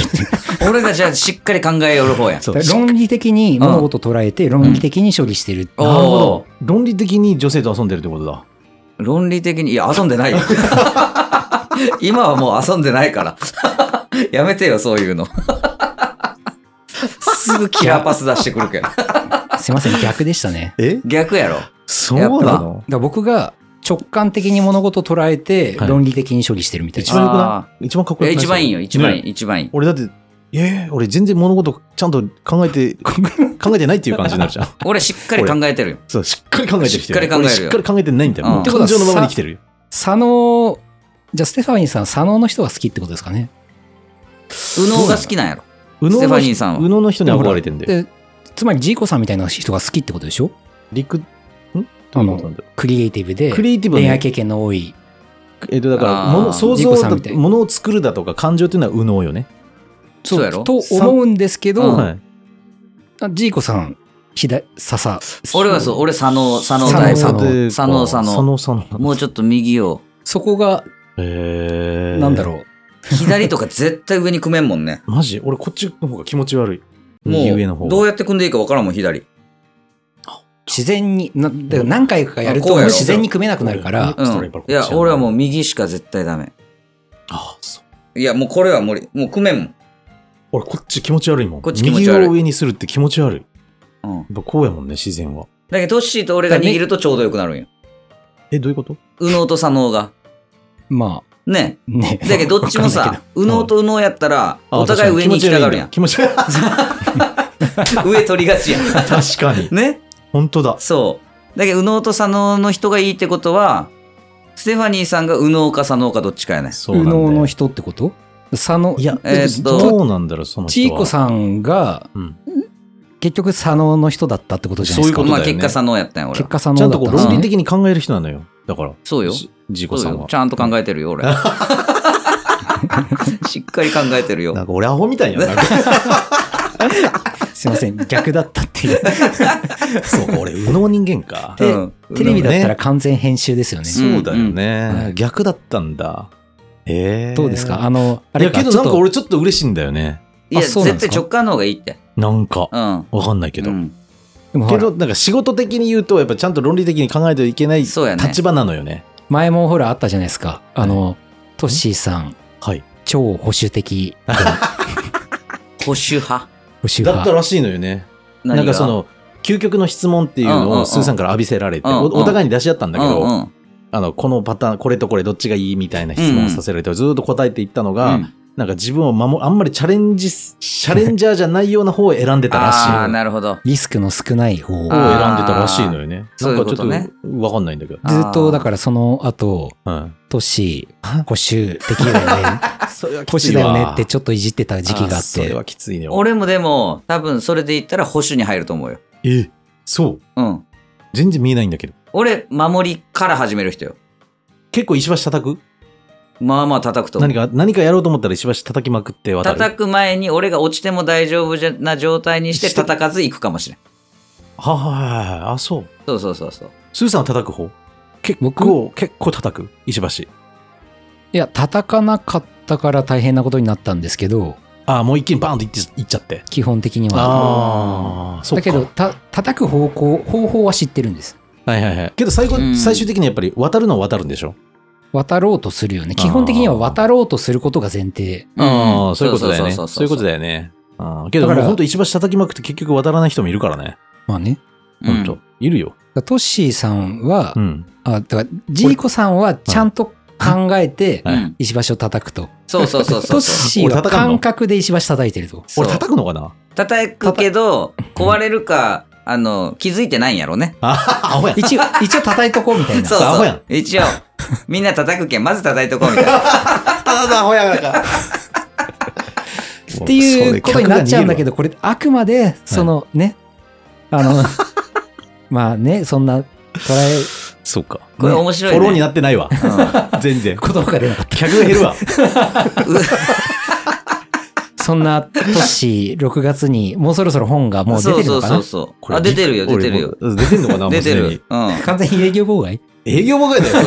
Speaker 3: て
Speaker 1: [laughs]
Speaker 3: る。
Speaker 2: 俺たちはしっかり考えよる方やん
Speaker 1: そう
Speaker 3: だから論理的に物事を捉えて、論理的に処理してる。
Speaker 2: お
Speaker 1: なるほ
Speaker 2: お
Speaker 1: ど。論理的に女性と遊んでるってことだ。
Speaker 2: ー論理的にいや遊んでな
Speaker 1: [laughs]
Speaker 2: いよ今はもう遊んでないからやめてよそういうのすぐキラーパス出してくるけど
Speaker 3: すいませ
Speaker 1: [laughs]
Speaker 3: ん、逆でしたね。
Speaker 1: え
Speaker 2: 逆やろ
Speaker 1: そう
Speaker 2: やっ
Speaker 1: な
Speaker 2: ぱ
Speaker 1: の
Speaker 3: だから僕が直感的に物事を捉えて、
Speaker 1: はい
Speaker 3: 論理的に処理してるみたい
Speaker 1: 一
Speaker 3: な。
Speaker 1: 番よくない一番かっ
Speaker 2: い
Speaker 1: こ
Speaker 2: や
Speaker 1: よくない
Speaker 2: 一番いいよ一番いい、
Speaker 1: ね
Speaker 2: 一番いい
Speaker 1: 俺だって、えー、俺全然物事ちゃんと
Speaker 2: [laughs]
Speaker 1: 考えて、考えてないっていう感じになるじゃん。
Speaker 2: 俺しっかり考えてるよ
Speaker 1: そう、しっかり考えてる人よ
Speaker 2: しっかり考えるよ
Speaker 1: 俺しっかり考えてないんだよ。
Speaker 2: うん
Speaker 1: もう感情のままに生きてるよ。
Speaker 3: 佐野、じゃあステファニーさん、佐野の人が好きってことですかね。
Speaker 2: 右脳が好きなんやろ
Speaker 1: 右
Speaker 2: ス
Speaker 1: 脳
Speaker 2: テフ
Speaker 1: の
Speaker 2: ァニーさんは
Speaker 1: 人右脳の人に憧れてんだよ。
Speaker 3: でつまりジーコさんみたいな人が好きってことでしょ
Speaker 1: リク、ん
Speaker 3: あの
Speaker 1: なんだよ
Speaker 3: クリエイティブで
Speaker 1: クリエイティブは
Speaker 3: 恋愛
Speaker 1: ね、
Speaker 3: 経験の多い。
Speaker 1: えっと、だから、
Speaker 2: あー
Speaker 1: もの想像
Speaker 3: ジーコさんみた
Speaker 1: だ、
Speaker 3: い
Speaker 1: ものを作るだとか感情っていうのは右脳よね。
Speaker 2: そうやろ
Speaker 3: と思うんですけ
Speaker 2: うん
Speaker 3: ど、
Speaker 1: はい。
Speaker 3: あジーコさん、左、笹。
Speaker 2: 俺はそう俺左脳左脳
Speaker 3: 左脳
Speaker 2: タイプ
Speaker 3: 左脳
Speaker 2: 左脳左脳
Speaker 1: 佐野さん。
Speaker 2: もうちょっと右を
Speaker 3: そこが、
Speaker 1: えー、
Speaker 3: なんだろ
Speaker 2: 左とか絶対上に組めんもんね
Speaker 1: マジ俺こっちの方が気持ち悪い。
Speaker 2: も
Speaker 1: 右上の方
Speaker 2: うどうやって組んでいいか分からんもん左
Speaker 3: う、自然に、なだから何回かやる
Speaker 2: あ
Speaker 3: と
Speaker 2: こうやろ
Speaker 3: 自然に組めなくなるから、
Speaker 2: う
Speaker 1: そしたら
Speaker 2: ん
Speaker 1: やっぱりこっ
Speaker 2: い
Speaker 1: ちやな
Speaker 2: や俺はもう右しか絶対ダメ
Speaker 1: ああ、そう。
Speaker 2: いやもうこれは無理もう組めんもん
Speaker 1: 俺こっち気持ち悪いもん。
Speaker 2: こっち気持ち悪
Speaker 1: 右
Speaker 2: い
Speaker 1: を上にするって気持ち悪い。
Speaker 2: うん
Speaker 1: やっぱこうやもんね、自然は。
Speaker 2: だけどトッシーと俺が握るとちょうどよくなるんよ
Speaker 1: え、どういうこと
Speaker 2: 右脳と左脳が
Speaker 3: まあ、
Speaker 2: ね
Speaker 3: ね。
Speaker 2: だけどどっちも
Speaker 3: わかんない
Speaker 2: さ
Speaker 3: け
Speaker 2: 右脳と右脳やったら
Speaker 1: あ
Speaker 2: お互い上に行きたがるやん
Speaker 1: 気持ち悪いんだ。気持ち悪い。
Speaker 2: 上取りがちやん
Speaker 1: [laughs] 確
Speaker 2: [laughs]
Speaker 1: かに。
Speaker 2: ね
Speaker 1: 本当だ。
Speaker 2: そうだけど右脳と左脳の人がいいってことはステファニーさんが右脳か左脳かどっちかやね
Speaker 1: そ
Speaker 3: ど右脳の
Speaker 1: 人。
Speaker 3: 人ってこと佐野
Speaker 1: い、や、
Speaker 2: えーっと
Speaker 1: どうなんだろう、その人
Speaker 3: ジ
Speaker 1: は。
Speaker 3: ーコさんが
Speaker 1: うん。
Speaker 3: 結局佐野の人だったってことじゃないです
Speaker 1: そ
Speaker 3: か
Speaker 1: ういう。こ
Speaker 2: ま
Speaker 1: と
Speaker 2: あ
Speaker 1: だよね
Speaker 2: 結果左脳やったんや俺
Speaker 3: 結
Speaker 2: は
Speaker 3: 果佐野
Speaker 1: ちゃ
Speaker 3: だ
Speaker 1: ん
Speaker 3: っ
Speaker 1: と
Speaker 3: た
Speaker 1: こう論理的に考える人なのよ。だから。
Speaker 2: そうよ
Speaker 1: ジジーコ
Speaker 2: そ
Speaker 1: さ
Speaker 2: うん
Speaker 1: は
Speaker 2: よ。ち。ゃんと考えてるよ俺しっかり考えてるよ
Speaker 1: なんか俺アホみたいやな。なん
Speaker 2: [laughs]
Speaker 1: か
Speaker 3: [laughs] すいません、逆だったっ
Speaker 1: [laughs]
Speaker 3: ていう。
Speaker 1: そうか、俺、右脳人間か。
Speaker 3: で
Speaker 2: [laughs] うん
Speaker 3: テレビだったら完全編集ですよね。
Speaker 1: そうだよ
Speaker 3: うんう
Speaker 1: ね。
Speaker 3: ん
Speaker 1: 逆だったんだ。ええ。
Speaker 3: どうですかあの、あ
Speaker 1: い
Speaker 3: れ
Speaker 1: や、
Speaker 3: か
Speaker 1: けど
Speaker 3: ちょ
Speaker 1: な
Speaker 3: っ
Speaker 1: ん
Speaker 3: と
Speaker 1: か俺ちょっと嬉しいんだよね。
Speaker 2: いや
Speaker 3: あそうなん
Speaker 2: 絶
Speaker 3: で
Speaker 2: 対
Speaker 3: すか
Speaker 2: 直感の方がいいって
Speaker 1: なんか、
Speaker 2: うん
Speaker 1: わかんないけど
Speaker 2: う。ん
Speaker 3: でもほ
Speaker 1: け
Speaker 3: ら
Speaker 1: ど、なんか仕事的に言うと、やっぱちゃんと論理的に考えないといけない
Speaker 2: そうやね
Speaker 1: 立場なのよね。
Speaker 3: 前もほらあったじゃないですか。あの、トッシーさん、
Speaker 1: はい。
Speaker 3: 超保守的、
Speaker 2: 保守派
Speaker 3: 保守
Speaker 1: だった
Speaker 3: 派。
Speaker 1: らしいのよね。
Speaker 2: 何
Speaker 1: なん
Speaker 2: が
Speaker 1: かその、究極の質問っていう
Speaker 2: うんうんう
Speaker 1: の
Speaker 2: ん
Speaker 1: をスーさんから浴びせられて、
Speaker 2: うんうん
Speaker 1: おお互いに出し合ったんだけ
Speaker 2: うん
Speaker 1: ど、
Speaker 2: うん
Speaker 1: あの、このパターン、これとこれどっちがいいみたいな質問をさせられて、ずーっと答えていったの
Speaker 2: う
Speaker 1: が
Speaker 2: ん、
Speaker 1: なんか自分を守、あんまりチャレンジ、チャレンジャーじゃないような方を選んでたらしい
Speaker 2: ああ
Speaker 1: のよ。
Speaker 2: なるほど
Speaker 3: リスクの少ない方を
Speaker 1: を選んでたらしいのよね。
Speaker 2: あー
Speaker 1: なんかちょ
Speaker 2: そういう
Speaker 1: っと、わかんないんだけど。
Speaker 2: あ
Speaker 3: ずっと、
Speaker 2: ー
Speaker 3: だからその後、
Speaker 1: うん。
Speaker 3: トッシー、保守的
Speaker 1: [laughs]
Speaker 3: だよね。
Speaker 1: それは
Speaker 3: 保守だよねってちょっといじってた時期があっ
Speaker 1: それ
Speaker 3: て。
Speaker 1: はきついね。
Speaker 2: 俺もでも多分それで言ったら保守に入ると思うよ
Speaker 1: え、そう。
Speaker 2: うん
Speaker 1: 全然見えないんだけど。
Speaker 2: 俺守りから始める人よ
Speaker 1: 結構石橋叩く
Speaker 2: まあまあ叩くと思う
Speaker 1: 何か、何かやろうと思ったら石橋叩きまくって渡る。
Speaker 2: 叩く前に俺が落ちても大丈夫じゃな状態にして
Speaker 1: して
Speaker 2: 叩かず行くかもしれん
Speaker 1: ははいはいはい。あ、そう。
Speaker 2: そうそうそうそう
Speaker 1: スーさんは叩く方結
Speaker 3: 僕
Speaker 1: 構、結構叩く石橋。
Speaker 3: いや、叩かなかったから大変なことになったんですけど、
Speaker 1: あもう一気にバーンといっていっちゃって。
Speaker 3: 基本的には。
Speaker 1: ああ、そう
Speaker 3: だ
Speaker 1: か。
Speaker 3: けど、た、叩く方向、方法は知ってるんです。
Speaker 1: はいはいはい。けど最後
Speaker 2: うん、
Speaker 1: 最終的にやっぱり渡るのは渡るんでしょ
Speaker 3: 渡ろうとするよね。基本的には渡ろうとすることが前提。
Speaker 1: ああ、そういうことだよね。
Speaker 2: そう
Speaker 1: そういうこと
Speaker 2: よ
Speaker 1: だよね。あーけど、
Speaker 3: だから
Speaker 1: 本当石橋叩きまくって結局渡らない人もいるからね。
Speaker 3: まあね。
Speaker 1: 本当、いるよ。
Speaker 3: だからトッシーさんは
Speaker 1: う、ん。
Speaker 3: あ、だから、ジーコさんはちゃんと考えて、
Speaker 1: はい
Speaker 3: 石橋を叩くと。
Speaker 2: そうそうそうそ
Speaker 3: ト
Speaker 2: うそ
Speaker 3: ッ
Speaker 2: う
Speaker 3: シーは
Speaker 1: 俺叩かんの
Speaker 3: 感覚で石橋叩いてると。
Speaker 2: そう
Speaker 1: 俺叩くのかな
Speaker 2: 叩くけど壊れるかあの気づいてないんやろね
Speaker 1: ああ、ア
Speaker 3: [laughs]
Speaker 1: ホやん。
Speaker 2: [laughs]
Speaker 3: 一応、一応叩いとこうみたいな。
Speaker 2: そう
Speaker 1: ア
Speaker 2: そ
Speaker 1: ホやん
Speaker 2: う一応みんな叩くけんまず叩いとこうみたいな
Speaker 1: ただのアホやからか。
Speaker 3: っていうことになっちゃうんだけど、これ、あくまで、そのね、あの、 [laughs] まあね、そんな捉え
Speaker 1: [laughs] そうか。
Speaker 2: これ面白い
Speaker 1: フ
Speaker 2: ね。
Speaker 1: ォローになってないわ。
Speaker 2: うん
Speaker 1: 全然。
Speaker 3: 言葉が出なかった。
Speaker 1: 客が減るわ。 [laughs]
Speaker 3: そんな年、6月に、もうそろそろ本がもう出てるのかな
Speaker 2: そうそうそうそう。あ、出てるよ、出てるよ。
Speaker 1: 俺も。出てんの [laughs] かなもう
Speaker 2: 出て
Speaker 1: すでに
Speaker 2: る。うん。
Speaker 3: 完全に営業妨害
Speaker 1: 営業妨害だよ。それ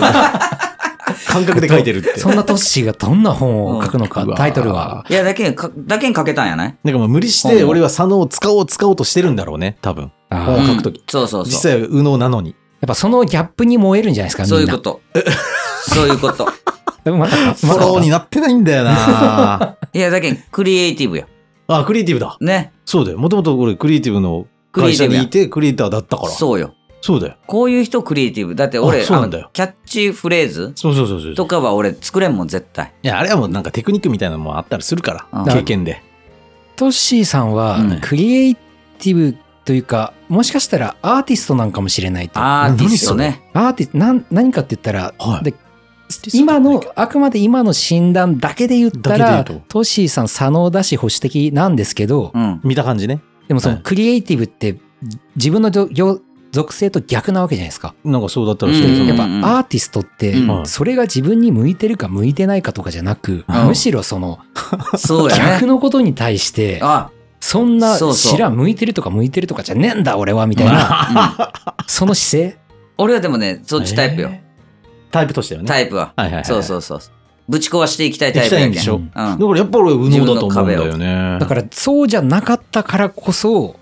Speaker 1: 感覚で書いてるって。
Speaker 3: そんなトッシーがどんな本を書くのか
Speaker 1: う、わ
Speaker 3: タイトルは。
Speaker 2: いや、だけんか、だけんかけたんやない
Speaker 1: なんかもう無理して俺は佐野を使おう使おうとしてるんだろうね、多分。
Speaker 3: あ
Speaker 1: う
Speaker 3: ー
Speaker 1: ん
Speaker 3: や
Speaker 1: 書
Speaker 3: っ
Speaker 1: くとき
Speaker 2: うんそうそう
Speaker 1: 実
Speaker 2: そ
Speaker 1: 際は右脳なのに。
Speaker 3: ぱそのギャップに燃えるんじゃないですか、
Speaker 2: う。
Speaker 3: みん
Speaker 2: そ
Speaker 3: な。
Speaker 2: ういうこと。そういうこと。
Speaker 3: と。また、ま
Speaker 1: フォローに
Speaker 3: た、
Speaker 1: なってないんだよな
Speaker 2: いや、だけん、クリエイティブや。
Speaker 1: あ、クリエイティブだ。
Speaker 2: ね。
Speaker 1: そうだよ。もともと俺クリエイティブの
Speaker 2: クリエ
Speaker 1: 会
Speaker 2: イテ
Speaker 1: 社
Speaker 2: ィブ
Speaker 1: に
Speaker 2: や
Speaker 1: い。てクリエイターだったから。そう
Speaker 2: そうよ。
Speaker 1: だよ。
Speaker 2: こういう人クリエイティブ。だって俺、
Speaker 1: あそうなんだよ
Speaker 2: あのキャッチフレーズ
Speaker 1: そうそうそうそう。
Speaker 2: とかは俺作れんもん、絶対。
Speaker 1: いや、あれはもうなんかテクニックみたいなのもあったりするか
Speaker 2: う
Speaker 1: ら。
Speaker 2: ん
Speaker 1: 経験で。
Speaker 3: トッシーさんは
Speaker 2: うん、
Speaker 3: クリエイティブというか、もしかしたらアーティストなんかもしれないと。ア
Speaker 2: アーティストね。
Speaker 3: ーティスト、なん何かって言ったら、
Speaker 1: はい
Speaker 3: で今の、あくまで今の診断だけで言ったら、
Speaker 1: だけで言うと
Speaker 3: トッシーさん、左脳だし保守的なんですけど、
Speaker 2: うん。
Speaker 1: 見た感じね。
Speaker 3: でもその
Speaker 1: はい
Speaker 3: クリエイティブって自分のぞ業属性と逆なわけじゃないですか。
Speaker 1: なんかそうだったらしい
Speaker 2: うん
Speaker 1: です
Speaker 3: や
Speaker 1: よ
Speaker 3: っぱ
Speaker 2: うん
Speaker 3: アーティストって
Speaker 2: うん
Speaker 3: それが自分に向いてるか向いてないかとかじゃなく、
Speaker 2: うん
Speaker 3: むしろその
Speaker 2: そうや
Speaker 3: 逆
Speaker 2: ね。
Speaker 3: のことに対して
Speaker 2: あ、
Speaker 3: そんな
Speaker 2: そうそう
Speaker 3: 知らん向いてるとか向いてるとかじゃねえんだ俺はみたいな
Speaker 2: うん
Speaker 3: その姿勢
Speaker 2: 俺はでもね、そっちタイプよ。。
Speaker 1: タイプとしてはね。
Speaker 2: タイプは。
Speaker 1: はいはいはい。。
Speaker 2: そうそううそう。ぶち壊していきたいタ
Speaker 1: 行
Speaker 2: イ
Speaker 1: き
Speaker 2: プ
Speaker 1: たい
Speaker 2: や
Speaker 1: んで
Speaker 2: けん
Speaker 1: し。ょ。
Speaker 3: うん
Speaker 2: うん
Speaker 1: だからやっぱ俺、右脳だと思うんだよね。
Speaker 3: だからそうじゃなかったからこそ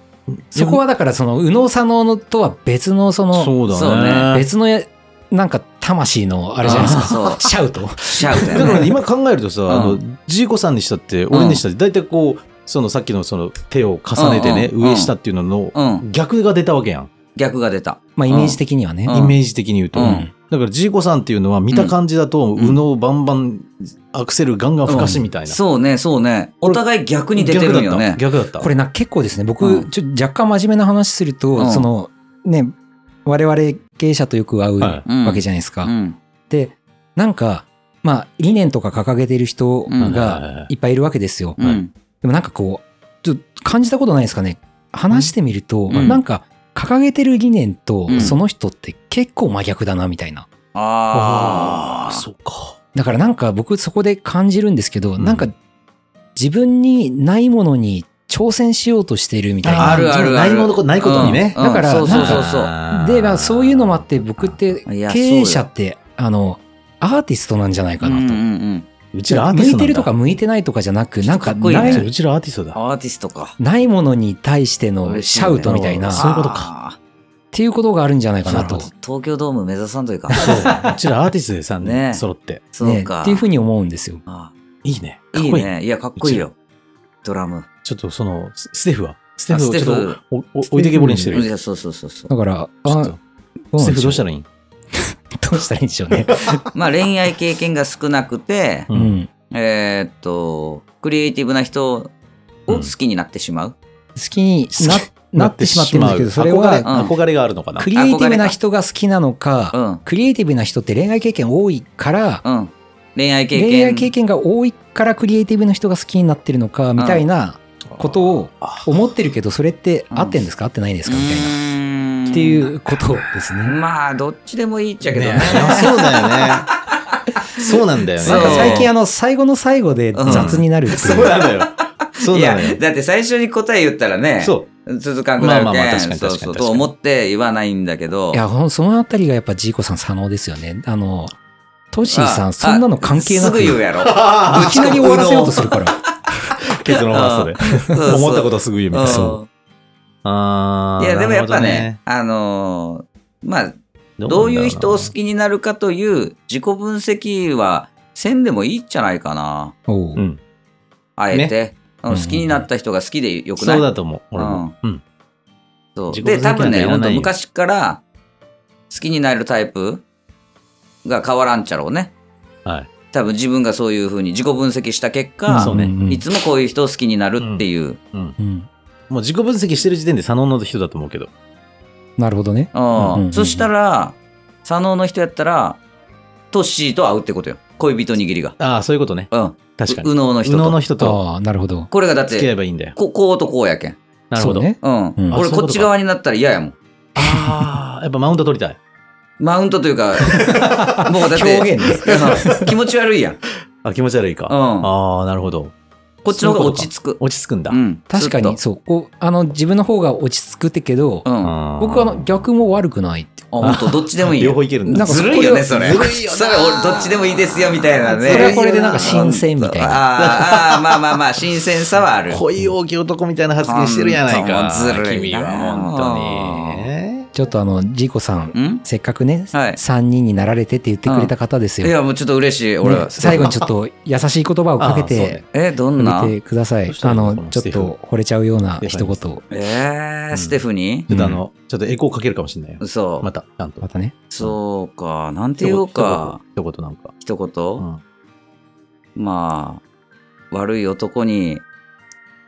Speaker 3: そこはだからその右脳左脳のとは別のその
Speaker 1: そう
Speaker 2: そう
Speaker 1: だね。
Speaker 3: 別のやなんか魂のあれじゃないですか
Speaker 2: そう。 [laughs]
Speaker 3: シャウト
Speaker 2: シャウト
Speaker 1: だか
Speaker 2: や
Speaker 1: ら
Speaker 2: ね。
Speaker 1: ね今考えると
Speaker 2: う
Speaker 1: さ、
Speaker 2: ん
Speaker 1: あの、ジーコさんにしたって、俺にしたって、大体こう、そのさっきのその手を重ねてね、
Speaker 2: うんうん
Speaker 1: 上下っていうのの
Speaker 2: うん。
Speaker 1: 逆が出たわけやん。
Speaker 2: 逆が出た。
Speaker 3: まあイメージ的にはね
Speaker 2: うん
Speaker 1: イメージ的に言うと。
Speaker 2: う
Speaker 1: だ
Speaker 2: ん
Speaker 1: からジーコさんっていうのは見た感じだと、
Speaker 2: ん
Speaker 1: 右脳バンバン、アクセルガンガン吹かしみたいな。
Speaker 2: そうね、そうね。お互い逆に出てるんよね。
Speaker 1: 逆だった。
Speaker 3: これな結構ですね僕、
Speaker 2: うん
Speaker 3: ちょ若干真面目な話すると、
Speaker 2: うん
Speaker 3: そのね我々経営者とよく会う
Speaker 1: は
Speaker 3: わ
Speaker 2: い
Speaker 3: けじゃないですか。
Speaker 2: うん。
Speaker 3: でなんかまあ理念とか掲げてる人
Speaker 2: うん
Speaker 3: がいっぱいいるわけですよ。
Speaker 2: うん。
Speaker 3: でもなんかこうちょっと感じたことないですかね話してみると、
Speaker 2: うん
Speaker 3: なんか掲げてる理念と
Speaker 2: うん
Speaker 3: その人って結構真逆だなみたいな。
Speaker 2: ああ。
Speaker 1: そうか。
Speaker 3: だからなんか僕そこで感じるんですけど、
Speaker 1: うん
Speaker 3: なんか自分にないものに挑戦しようとしてるみたいな。
Speaker 2: あるあるある
Speaker 1: ないものこないことにね。
Speaker 2: うん
Speaker 3: だから
Speaker 2: うんそうそうそうそう。
Speaker 1: あー
Speaker 3: で、まあ、そういうのもあって僕って
Speaker 2: いや
Speaker 3: 経営者ってあのアーティストなんじゃないか
Speaker 2: うんう
Speaker 3: なと。
Speaker 2: んうん。
Speaker 1: うちらアーティスト
Speaker 3: 向い
Speaker 1: な
Speaker 3: て
Speaker 1: ん
Speaker 3: ると
Speaker 1: だ
Speaker 3: か向いてないとかじゃなくなん
Speaker 2: か
Speaker 3: か
Speaker 2: っこいいね
Speaker 3: な
Speaker 1: そう
Speaker 3: いう
Speaker 1: ちらアーティストだ。
Speaker 2: アーティストか。
Speaker 3: ないものに対してのシャウトみたいなっ
Speaker 1: 嬉しそういうこと
Speaker 2: か。
Speaker 3: ていうことがあるんじゃないかな
Speaker 1: なる
Speaker 3: と
Speaker 1: ほ。
Speaker 2: 東京ドーム目指さんというか。
Speaker 1: そう。うちらアーティストでさ、
Speaker 2: ね
Speaker 1: ね、揃って。
Speaker 2: そうか。
Speaker 3: ねっていうふうに思うんですよ。
Speaker 2: あ
Speaker 1: いいね。
Speaker 2: ー
Speaker 1: かっ
Speaker 2: いい
Speaker 1: こいい。
Speaker 2: ね。いや、かっこいいよ。ドラム。
Speaker 1: ちょっとその、スステフは。ステ
Speaker 2: あ
Speaker 1: フ
Speaker 2: ス
Speaker 1: を
Speaker 2: テ
Speaker 1: ちょ
Speaker 2: フ
Speaker 1: っとおお置いてけぼりにして
Speaker 2: い
Speaker 1: る。
Speaker 2: や、そうそうそうそう
Speaker 3: だ。から、
Speaker 1: ちょ
Speaker 3: あ
Speaker 1: っ
Speaker 3: ど
Speaker 1: と、ステフどうしたた
Speaker 3: ら
Speaker 1: らいいん
Speaker 3: どうしたらいいんでしょうね。
Speaker 2: まあ、恋愛経験が少なくて、
Speaker 1: う
Speaker 3: うんん。
Speaker 2: えーっと、クリエイティブな人を好きになってしまう。
Speaker 3: 好きにななってしまってるんですけど、それ
Speaker 1: 憧れ
Speaker 3: は
Speaker 2: うん
Speaker 1: 憧れがあるのかな
Speaker 3: ク。リエイティブな人が好きなの
Speaker 2: う
Speaker 3: か、
Speaker 2: ん。
Speaker 3: クリエイティブな人って恋愛経験多いから、
Speaker 2: うん。恋愛経験。
Speaker 3: 恋愛経験が多いからクリエイティブの人が好きになってるのかみたいなことを
Speaker 1: あ
Speaker 3: 思ってるけどそれって合ってんですか合ってないんですかみたいな
Speaker 2: な
Speaker 3: っていうことですね。
Speaker 2: まあ、どっちでもいいっちゃけどね。
Speaker 1: ねそうだよね。そうなんだよね。
Speaker 2: そう
Speaker 3: なんか最近あの最後の最後で雑になるって
Speaker 1: そ
Speaker 3: いうう
Speaker 1: なのよ。そう
Speaker 2: い
Speaker 1: な
Speaker 2: や
Speaker 1: のよ、。
Speaker 2: だって最初に答え言ったらね、
Speaker 1: そう。
Speaker 2: 続かんくなるけん、
Speaker 1: まあまあまあ確かに
Speaker 2: そう
Speaker 1: 確か
Speaker 2: そう
Speaker 1: に確かに
Speaker 2: と思って言わないんだけど。
Speaker 3: いやほんそのあたりがやっぱジーコさん左脳ですよね。あのトシーさ
Speaker 2: あ
Speaker 3: んそんなの関係な
Speaker 2: す
Speaker 3: く
Speaker 2: ぐ
Speaker 3: い
Speaker 2: 言うやろ。
Speaker 3: きなり終わらせようとするから。
Speaker 1: 結論はそれ。
Speaker 2: そう
Speaker 1: [laughs] 思ったことすぐ言うみたいな。
Speaker 2: そ
Speaker 1: あ
Speaker 2: う
Speaker 1: ー
Speaker 2: ん。いや、でもやっぱね、
Speaker 1: なる
Speaker 2: あのーまあ、
Speaker 1: ほ
Speaker 2: どう
Speaker 1: ね
Speaker 2: いう人を好きになるかという自己分析はせんでもいいんじゃないかな。
Speaker 3: おう
Speaker 1: うん。
Speaker 2: あえて。うん
Speaker 1: うん
Speaker 2: 好きになった人が好きでよくな
Speaker 1: そ
Speaker 2: いう
Speaker 1: だと思う。俺も。うん。
Speaker 2: そう
Speaker 1: 自己分析
Speaker 2: で、多分
Speaker 1: なんて
Speaker 2: ね、
Speaker 1: いら
Speaker 2: 本
Speaker 1: ない
Speaker 2: 当
Speaker 1: よ
Speaker 2: 昔から好きになれるタイプが変わらんちゃろうね。
Speaker 1: はい。
Speaker 2: 多分自分がそういうふうに自己分析した結
Speaker 1: うん
Speaker 2: 果、
Speaker 1: そうね
Speaker 3: ん
Speaker 2: いつもこういう人を好きになるっていう。
Speaker 1: うん。
Speaker 3: うん
Speaker 1: もう自己分析してる時点で佐野の人だと思うけど。
Speaker 3: なるほどね。
Speaker 2: うん
Speaker 3: うんうん
Speaker 2: そしたら、左脳の人やったら、トッシーと会うってことよ。恋人握りが。
Speaker 1: ああ、そういうことね。
Speaker 2: うん。
Speaker 1: 確か
Speaker 2: う
Speaker 1: に。
Speaker 2: 右脳の人
Speaker 1: 右脳の
Speaker 2: と。
Speaker 1: 人と
Speaker 3: ああ、なるほど。
Speaker 2: これがだっ
Speaker 1: 付き合え
Speaker 2: て、
Speaker 1: ばいいんだよ。
Speaker 2: ここうとこうやけん。
Speaker 1: なるほど。
Speaker 3: そうね。
Speaker 2: うん。
Speaker 3: うん
Speaker 1: あそういう
Speaker 2: 俺
Speaker 1: こと
Speaker 2: こ
Speaker 1: か
Speaker 2: っち側になったら嫌やもん。
Speaker 1: ああ、 [laughs] やっぱマウント取りたい。
Speaker 2: マウントというか、もうだって、
Speaker 3: 表現
Speaker 2: うん気持ち悪いやん。うん。
Speaker 1: あ、気持ち悪いか。ああ、なるほど。
Speaker 2: こっちの方が落ち着く。
Speaker 1: 落ち着くんだ。
Speaker 2: うん。
Speaker 3: 確か
Speaker 2: ずっ
Speaker 3: に、
Speaker 2: と。
Speaker 3: そう。こう、あの、自分の方が落ち着くってけど、
Speaker 2: うん。あ、
Speaker 1: あー
Speaker 3: 僕はあの、逆も悪くないって。
Speaker 2: 本当どっちでもいいよ。
Speaker 1: 両方いけるんだ
Speaker 3: なん。か
Speaker 2: ずるいよね、そ
Speaker 3: そこ
Speaker 2: れ。
Speaker 3: よずるいよな
Speaker 2: それ俺どっちでもいいですよ、みたいなね。
Speaker 3: それはこれでなんか新鮮みたいな
Speaker 2: な。あーあー、まあまあまあ、新鮮さはある。
Speaker 1: 恋大きい男みたいな発言してるやないか。
Speaker 2: ほんともうずるい
Speaker 1: 君
Speaker 2: な
Speaker 1: は本当に。
Speaker 3: ちょっとあの、ジーコさん、
Speaker 2: ん
Speaker 3: せっかくね、
Speaker 2: はい
Speaker 3: 3人になられてって言ってくれた方です
Speaker 2: い
Speaker 3: よ。
Speaker 2: や、もうちょっと嬉しい、俺
Speaker 3: ね
Speaker 2: は。
Speaker 3: 最後にちょっと優しい言葉をかけ
Speaker 1: あーそうね
Speaker 3: て
Speaker 2: え、どんな
Speaker 3: あげてください。
Speaker 1: どうした
Speaker 3: あ
Speaker 1: らいいのかな
Speaker 3: の、ちょっと惚れちゃうような一言。
Speaker 2: えー、ステフに
Speaker 1: ちょっとあの、ちょっとエコーかけるかもしれないよ。
Speaker 2: そう。
Speaker 1: また、ちゃんと。
Speaker 3: またね。
Speaker 2: そうか。なんて言おうか。
Speaker 1: 一言。一言なんか。
Speaker 2: 一
Speaker 1: う
Speaker 2: 言
Speaker 1: ん
Speaker 2: まあ、悪い男に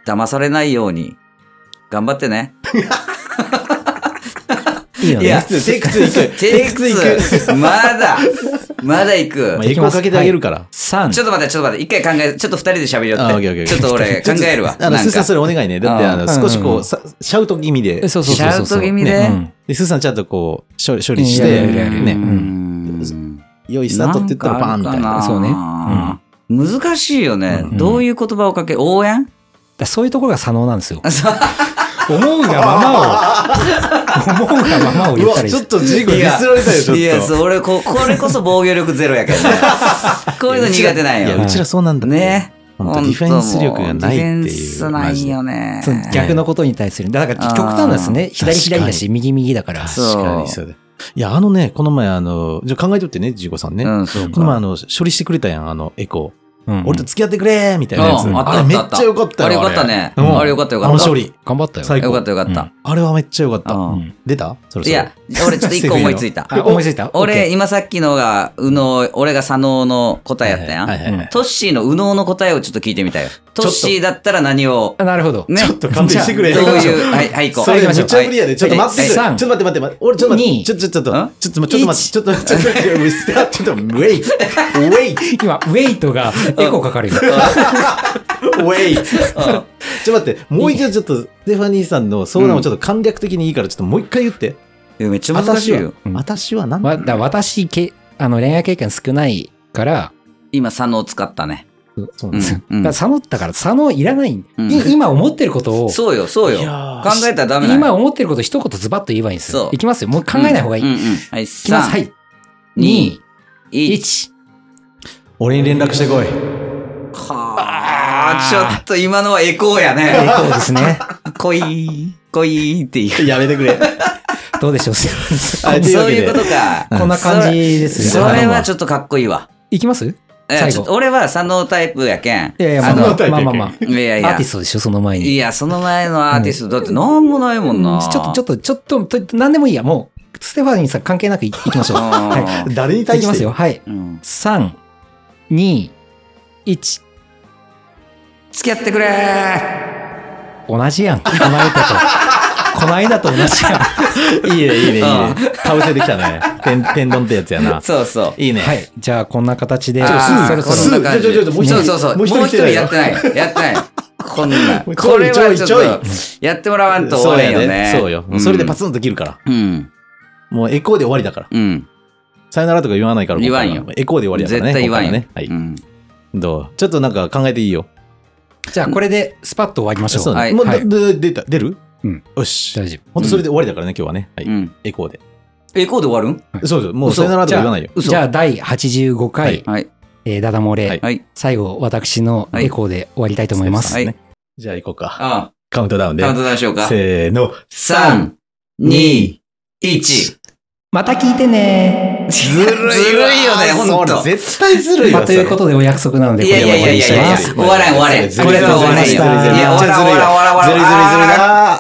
Speaker 2: 騙されないように、頑張ってね。
Speaker 3: いいよ
Speaker 2: いや
Speaker 3: ね。
Speaker 1: テイク2いく。
Speaker 2: [laughs] テイク2、まだ、まだ行く
Speaker 1: まあ、。エコーかけてあげるから。
Speaker 3: 3
Speaker 2: ちょっと待って、ちょっと待って。一回考え、ちょっと二人で喋りよ
Speaker 1: あオ
Speaker 2: っ
Speaker 1: ッケーオッケ
Speaker 2: て。
Speaker 1: ー
Speaker 2: ちょっと
Speaker 1: [laughs]
Speaker 2: 俺考えるわ。
Speaker 1: あ
Speaker 2: なん
Speaker 1: の、
Speaker 2: か
Speaker 1: スーさんそれお願いね。だって、あ
Speaker 2: う
Speaker 1: の、
Speaker 3: ん
Speaker 1: 少し
Speaker 3: うんうん
Speaker 1: こ
Speaker 3: う
Speaker 1: う、さシャウト気味で
Speaker 3: え、そうそうそうそう。
Speaker 2: シャウト気味で
Speaker 3: ねうん
Speaker 1: で、スーさんちゃんとこう、処理処理し
Speaker 3: いやいやい
Speaker 1: て、
Speaker 3: やいや
Speaker 2: う
Speaker 1: ね、
Speaker 2: ん
Speaker 1: 良いスタートって言ったらバーンみたい
Speaker 2: んかある
Speaker 1: な。
Speaker 2: か
Speaker 3: そうね
Speaker 2: 難しいよね。
Speaker 3: うん
Speaker 2: どういう言葉をかけ、応援
Speaker 3: だそういうところが左脳なんですよ。
Speaker 2: そう
Speaker 3: 思うがま
Speaker 2: [laughs]
Speaker 3: まを、思うがままを言ったり
Speaker 1: とジー
Speaker 2: いやいや、
Speaker 1: う。
Speaker 2: そう俺こ、これこそ防御力ゼロやけどね。こういうの苦手なん
Speaker 1: いや、
Speaker 2: よ
Speaker 1: う。ちらそうなんだって
Speaker 2: ね。
Speaker 1: 本当ディフェンス力がないっていう
Speaker 2: ディフェンスな
Speaker 1: マジ
Speaker 2: い
Speaker 1: で
Speaker 2: よね。
Speaker 3: そう逆のことに対する。だから極端なんですね。左左だ
Speaker 1: 確か
Speaker 3: し、右右だから。
Speaker 2: そう
Speaker 1: 確かにそうだ。いや、あのね、この前、あの、じゃあ考えとってね、ジーコさんね。
Speaker 2: うん、そう
Speaker 1: この前、
Speaker 2: か。
Speaker 1: あの、処理してくれたやん、あの、エコ
Speaker 3: うん
Speaker 1: ー。俺と付き合ってくれーみたいなやつ。
Speaker 2: うんあった
Speaker 1: れ
Speaker 2: あっ
Speaker 1: めった
Speaker 2: あった
Speaker 1: ちゃよかったよ。
Speaker 2: あれよかったね
Speaker 1: うん
Speaker 2: あれよかったよかった
Speaker 1: あの処理。
Speaker 3: 頑張ったよ。
Speaker 1: 最
Speaker 2: よ
Speaker 1: 高
Speaker 2: かったよかった。
Speaker 1: あれはめっちゃよかった。
Speaker 2: うん
Speaker 3: うん
Speaker 1: 出たそろそろ。
Speaker 2: いや、俺ちょっと一個思いついた。
Speaker 3: あ、思いついた
Speaker 2: 俺、
Speaker 3: OK
Speaker 2: 今さっきのが、右脳、俺が左脳の答えやったや
Speaker 1: はい
Speaker 2: ん。
Speaker 1: はいはい
Speaker 2: トッシーの右脳の答えをちょっと聞いてみたいよ。トッシーだったら何を、
Speaker 3: あなる
Speaker 2: [laughs]
Speaker 3: ほど。
Speaker 2: ね。
Speaker 1: ちょっと勘弁してくれ
Speaker 2: どういう、はい、はい、行こう。
Speaker 1: それめ
Speaker 3: 行きましょ
Speaker 1: っ
Speaker 3: う
Speaker 1: ちゃ無理やで。ちょっと待ってくれ。ち
Speaker 3: はい
Speaker 1: ょっと待って待って待って。俺ちょっと待っ
Speaker 3: 二
Speaker 1: て。ちょっとちょっと
Speaker 2: ん
Speaker 1: ちょっとちょっと待って。ちょっとちょっと待って。ウスターちょっとウェイ。ウェイ。
Speaker 3: [laughs] 今、ウェイトがエコーかかる
Speaker 2: [laughs]
Speaker 3: よ。
Speaker 1: ウェイ。ちょっと待って。もう一度ちょっとステファニーさんの相談をちょっと簡略的にいいからちょっともう一回言って。
Speaker 2: いやめっちゃ難しいよ。
Speaker 3: うん
Speaker 1: 私は何
Speaker 3: わだ私け、あの、恋愛経験少ないから、
Speaker 2: 今、左脳使ったね。
Speaker 1: そう
Speaker 2: う
Speaker 1: なんですよ
Speaker 2: ん。うん
Speaker 3: だ佐野だから佐野いらない、い
Speaker 2: うん
Speaker 3: 今思ってることを、
Speaker 2: そうよ、そうよ
Speaker 1: いや。ー
Speaker 2: 考えたらダメだよ。
Speaker 3: 今思ってること一言ズバッと言えばいいんです
Speaker 2: そ
Speaker 3: よ
Speaker 2: う。
Speaker 3: いきますよ。もう考えない方がいい。
Speaker 2: うん
Speaker 3: い
Speaker 2: うんうんはい、
Speaker 3: きます。は
Speaker 2: 3、
Speaker 3: い。
Speaker 2: 1。
Speaker 3: 2、1。
Speaker 1: 俺に連絡してこい。
Speaker 2: はあ、ちょっと今のはエコーや
Speaker 3: エ
Speaker 2: [laughs]
Speaker 3: コ
Speaker 2: ね。
Speaker 3: ーですね。
Speaker 2: こい、こいっていう。
Speaker 1: やめてくれ。
Speaker 3: どうでしょう。
Speaker 1: あという
Speaker 2: そ
Speaker 1: わ
Speaker 2: う
Speaker 1: け
Speaker 2: いう
Speaker 1: で
Speaker 2: ことか。
Speaker 3: [laughs] こんな感じですね。
Speaker 2: それは
Speaker 3: ょ
Speaker 2: ちょっとかっこいいわ。
Speaker 3: いきますい
Speaker 2: いや
Speaker 3: 最後
Speaker 2: ちょっと俺は左脳タイプやけん。
Speaker 3: やいや、ま
Speaker 2: あ
Speaker 3: あ
Speaker 2: の
Speaker 3: ま
Speaker 1: 佐野タイ
Speaker 3: あ
Speaker 1: プ
Speaker 3: まあまあま
Speaker 2: いやい
Speaker 3: あ。アー
Speaker 2: や
Speaker 3: ティ。ストでしょ、その前に。
Speaker 2: いや、その前のアーティスト、だってなんもないもんな。
Speaker 3: ちょっと、ちょっと、ちょっとと、何でもいいや。もう、ステファニーさん関係なくいいき
Speaker 2: [laughs]
Speaker 3: ましょう。は
Speaker 1: 誰に
Speaker 3: い。い
Speaker 1: 対
Speaker 3: き
Speaker 1: し
Speaker 3: ます
Speaker 1: て
Speaker 3: よ。はい。
Speaker 2: うん
Speaker 3: 3、2、1。
Speaker 2: 付き合ってくれー
Speaker 3: 同じやん。この間と。この間と同じやん。
Speaker 1: [laughs] いいね、いいね、いいね
Speaker 2: うん。
Speaker 1: かぶせてきたね。天天丼ってやつやな。
Speaker 2: そうそう。 [laughs]
Speaker 1: いいね。
Speaker 3: はい。じゃあ、こんな形で、
Speaker 2: あー
Speaker 3: そろ
Speaker 2: こ
Speaker 3: そ
Speaker 1: す
Speaker 3: ろ
Speaker 2: んな感じ
Speaker 1: ちょちょちょもう一人
Speaker 2: そうそうそう。
Speaker 1: も
Speaker 2: もう
Speaker 1: う一人
Speaker 2: 一人
Speaker 1: 来て
Speaker 2: や
Speaker 1: ない
Speaker 2: ってない。やっ
Speaker 1: [laughs]
Speaker 2: てない。こんな。
Speaker 1: ちょい
Speaker 2: これはち
Speaker 1: ちょい
Speaker 2: ょっと、やってもらわんと
Speaker 1: そう
Speaker 2: 応
Speaker 1: や
Speaker 2: 援よ
Speaker 1: ね
Speaker 2: ね。。
Speaker 1: そうよ。それでパ
Speaker 2: ツ。
Speaker 1: ツンと切るから。
Speaker 2: うん。
Speaker 1: もうエコーで終わりだから。
Speaker 2: うん。
Speaker 1: さよならとか言わないから。僕らは
Speaker 2: 言わんよ
Speaker 1: エコーで終わりだから
Speaker 2: 絶
Speaker 1: ね。
Speaker 2: 対言わんよ
Speaker 1: 僕らはね。は
Speaker 2: う
Speaker 1: い。
Speaker 2: ん
Speaker 1: どうちょっとなんか考えていいよ。
Speaker 3: じゃあ、これで、スパッと終わりましょ
Speaker 1: そう
Speaker 3: う。
Speaker 2: は
Speaker 1: ね。
Speaker 2: い
Speaker 1: もう
Speaker 3: は
Speaker 1: だ
Speaker 3: い
Speaker 1: だ出た、出る
Speaker 3: うん。
Speaker 1: よし
Speaker 3: 大。丈
Speaker 1: ほんとそれで終わりだからね、今日はね。はい。
Speaker 2: うん。
Speaker 1: エコーで。
Speaker 2: え、こうで終わるん
Speaker 1: そうそう。もうさよならとか言わないよ。
Speaker 3: 夫。じゃあ、第85回、
Speaker 2: はい。
Speaker 3: えーダダ漏れ、
Speaker 1: はい
Speaker 2: はい。
Speaker 3: 最後、私のエコーで終わりたいと思います。
Speaker 2: はい。
Speaker 1: じゃあ行こうか。
Speaker 2: あ
Speaker 1: カウントダウン
Speaker 2: あ、
Speaker 1: で
Speaker 2: カウン。トダウンしようか。
Speaker 1: せーの。
Speaker 2: 3、2、1。
Speaker 3: また聞いてね
Speaker 2: ずるいわほんと
Speaker 1: そう絶対ずるい
Speaker 3: まあ、
Speaker 1: わ。
Speaker 3: ということで、お約束なので、
Speaker 2: い
Speaker 3: こ
Speaker 2: や
Speaker 3: れ
Speaker 2: い
Speaker 3: で
Speaker 2: や
Speaker 3: 終
Speaker 2: い
Speaker 3: わ
Speaker 2: やい
Speaker 3: りに
Speaker 2: やいやい
Speaker 3: します。
Speaker 2: や、終わらん終わらんよ。これは終わらんよ。いや、終わらん終わらん終わらん。
Speaker 1: ずるいずるいずるいずるい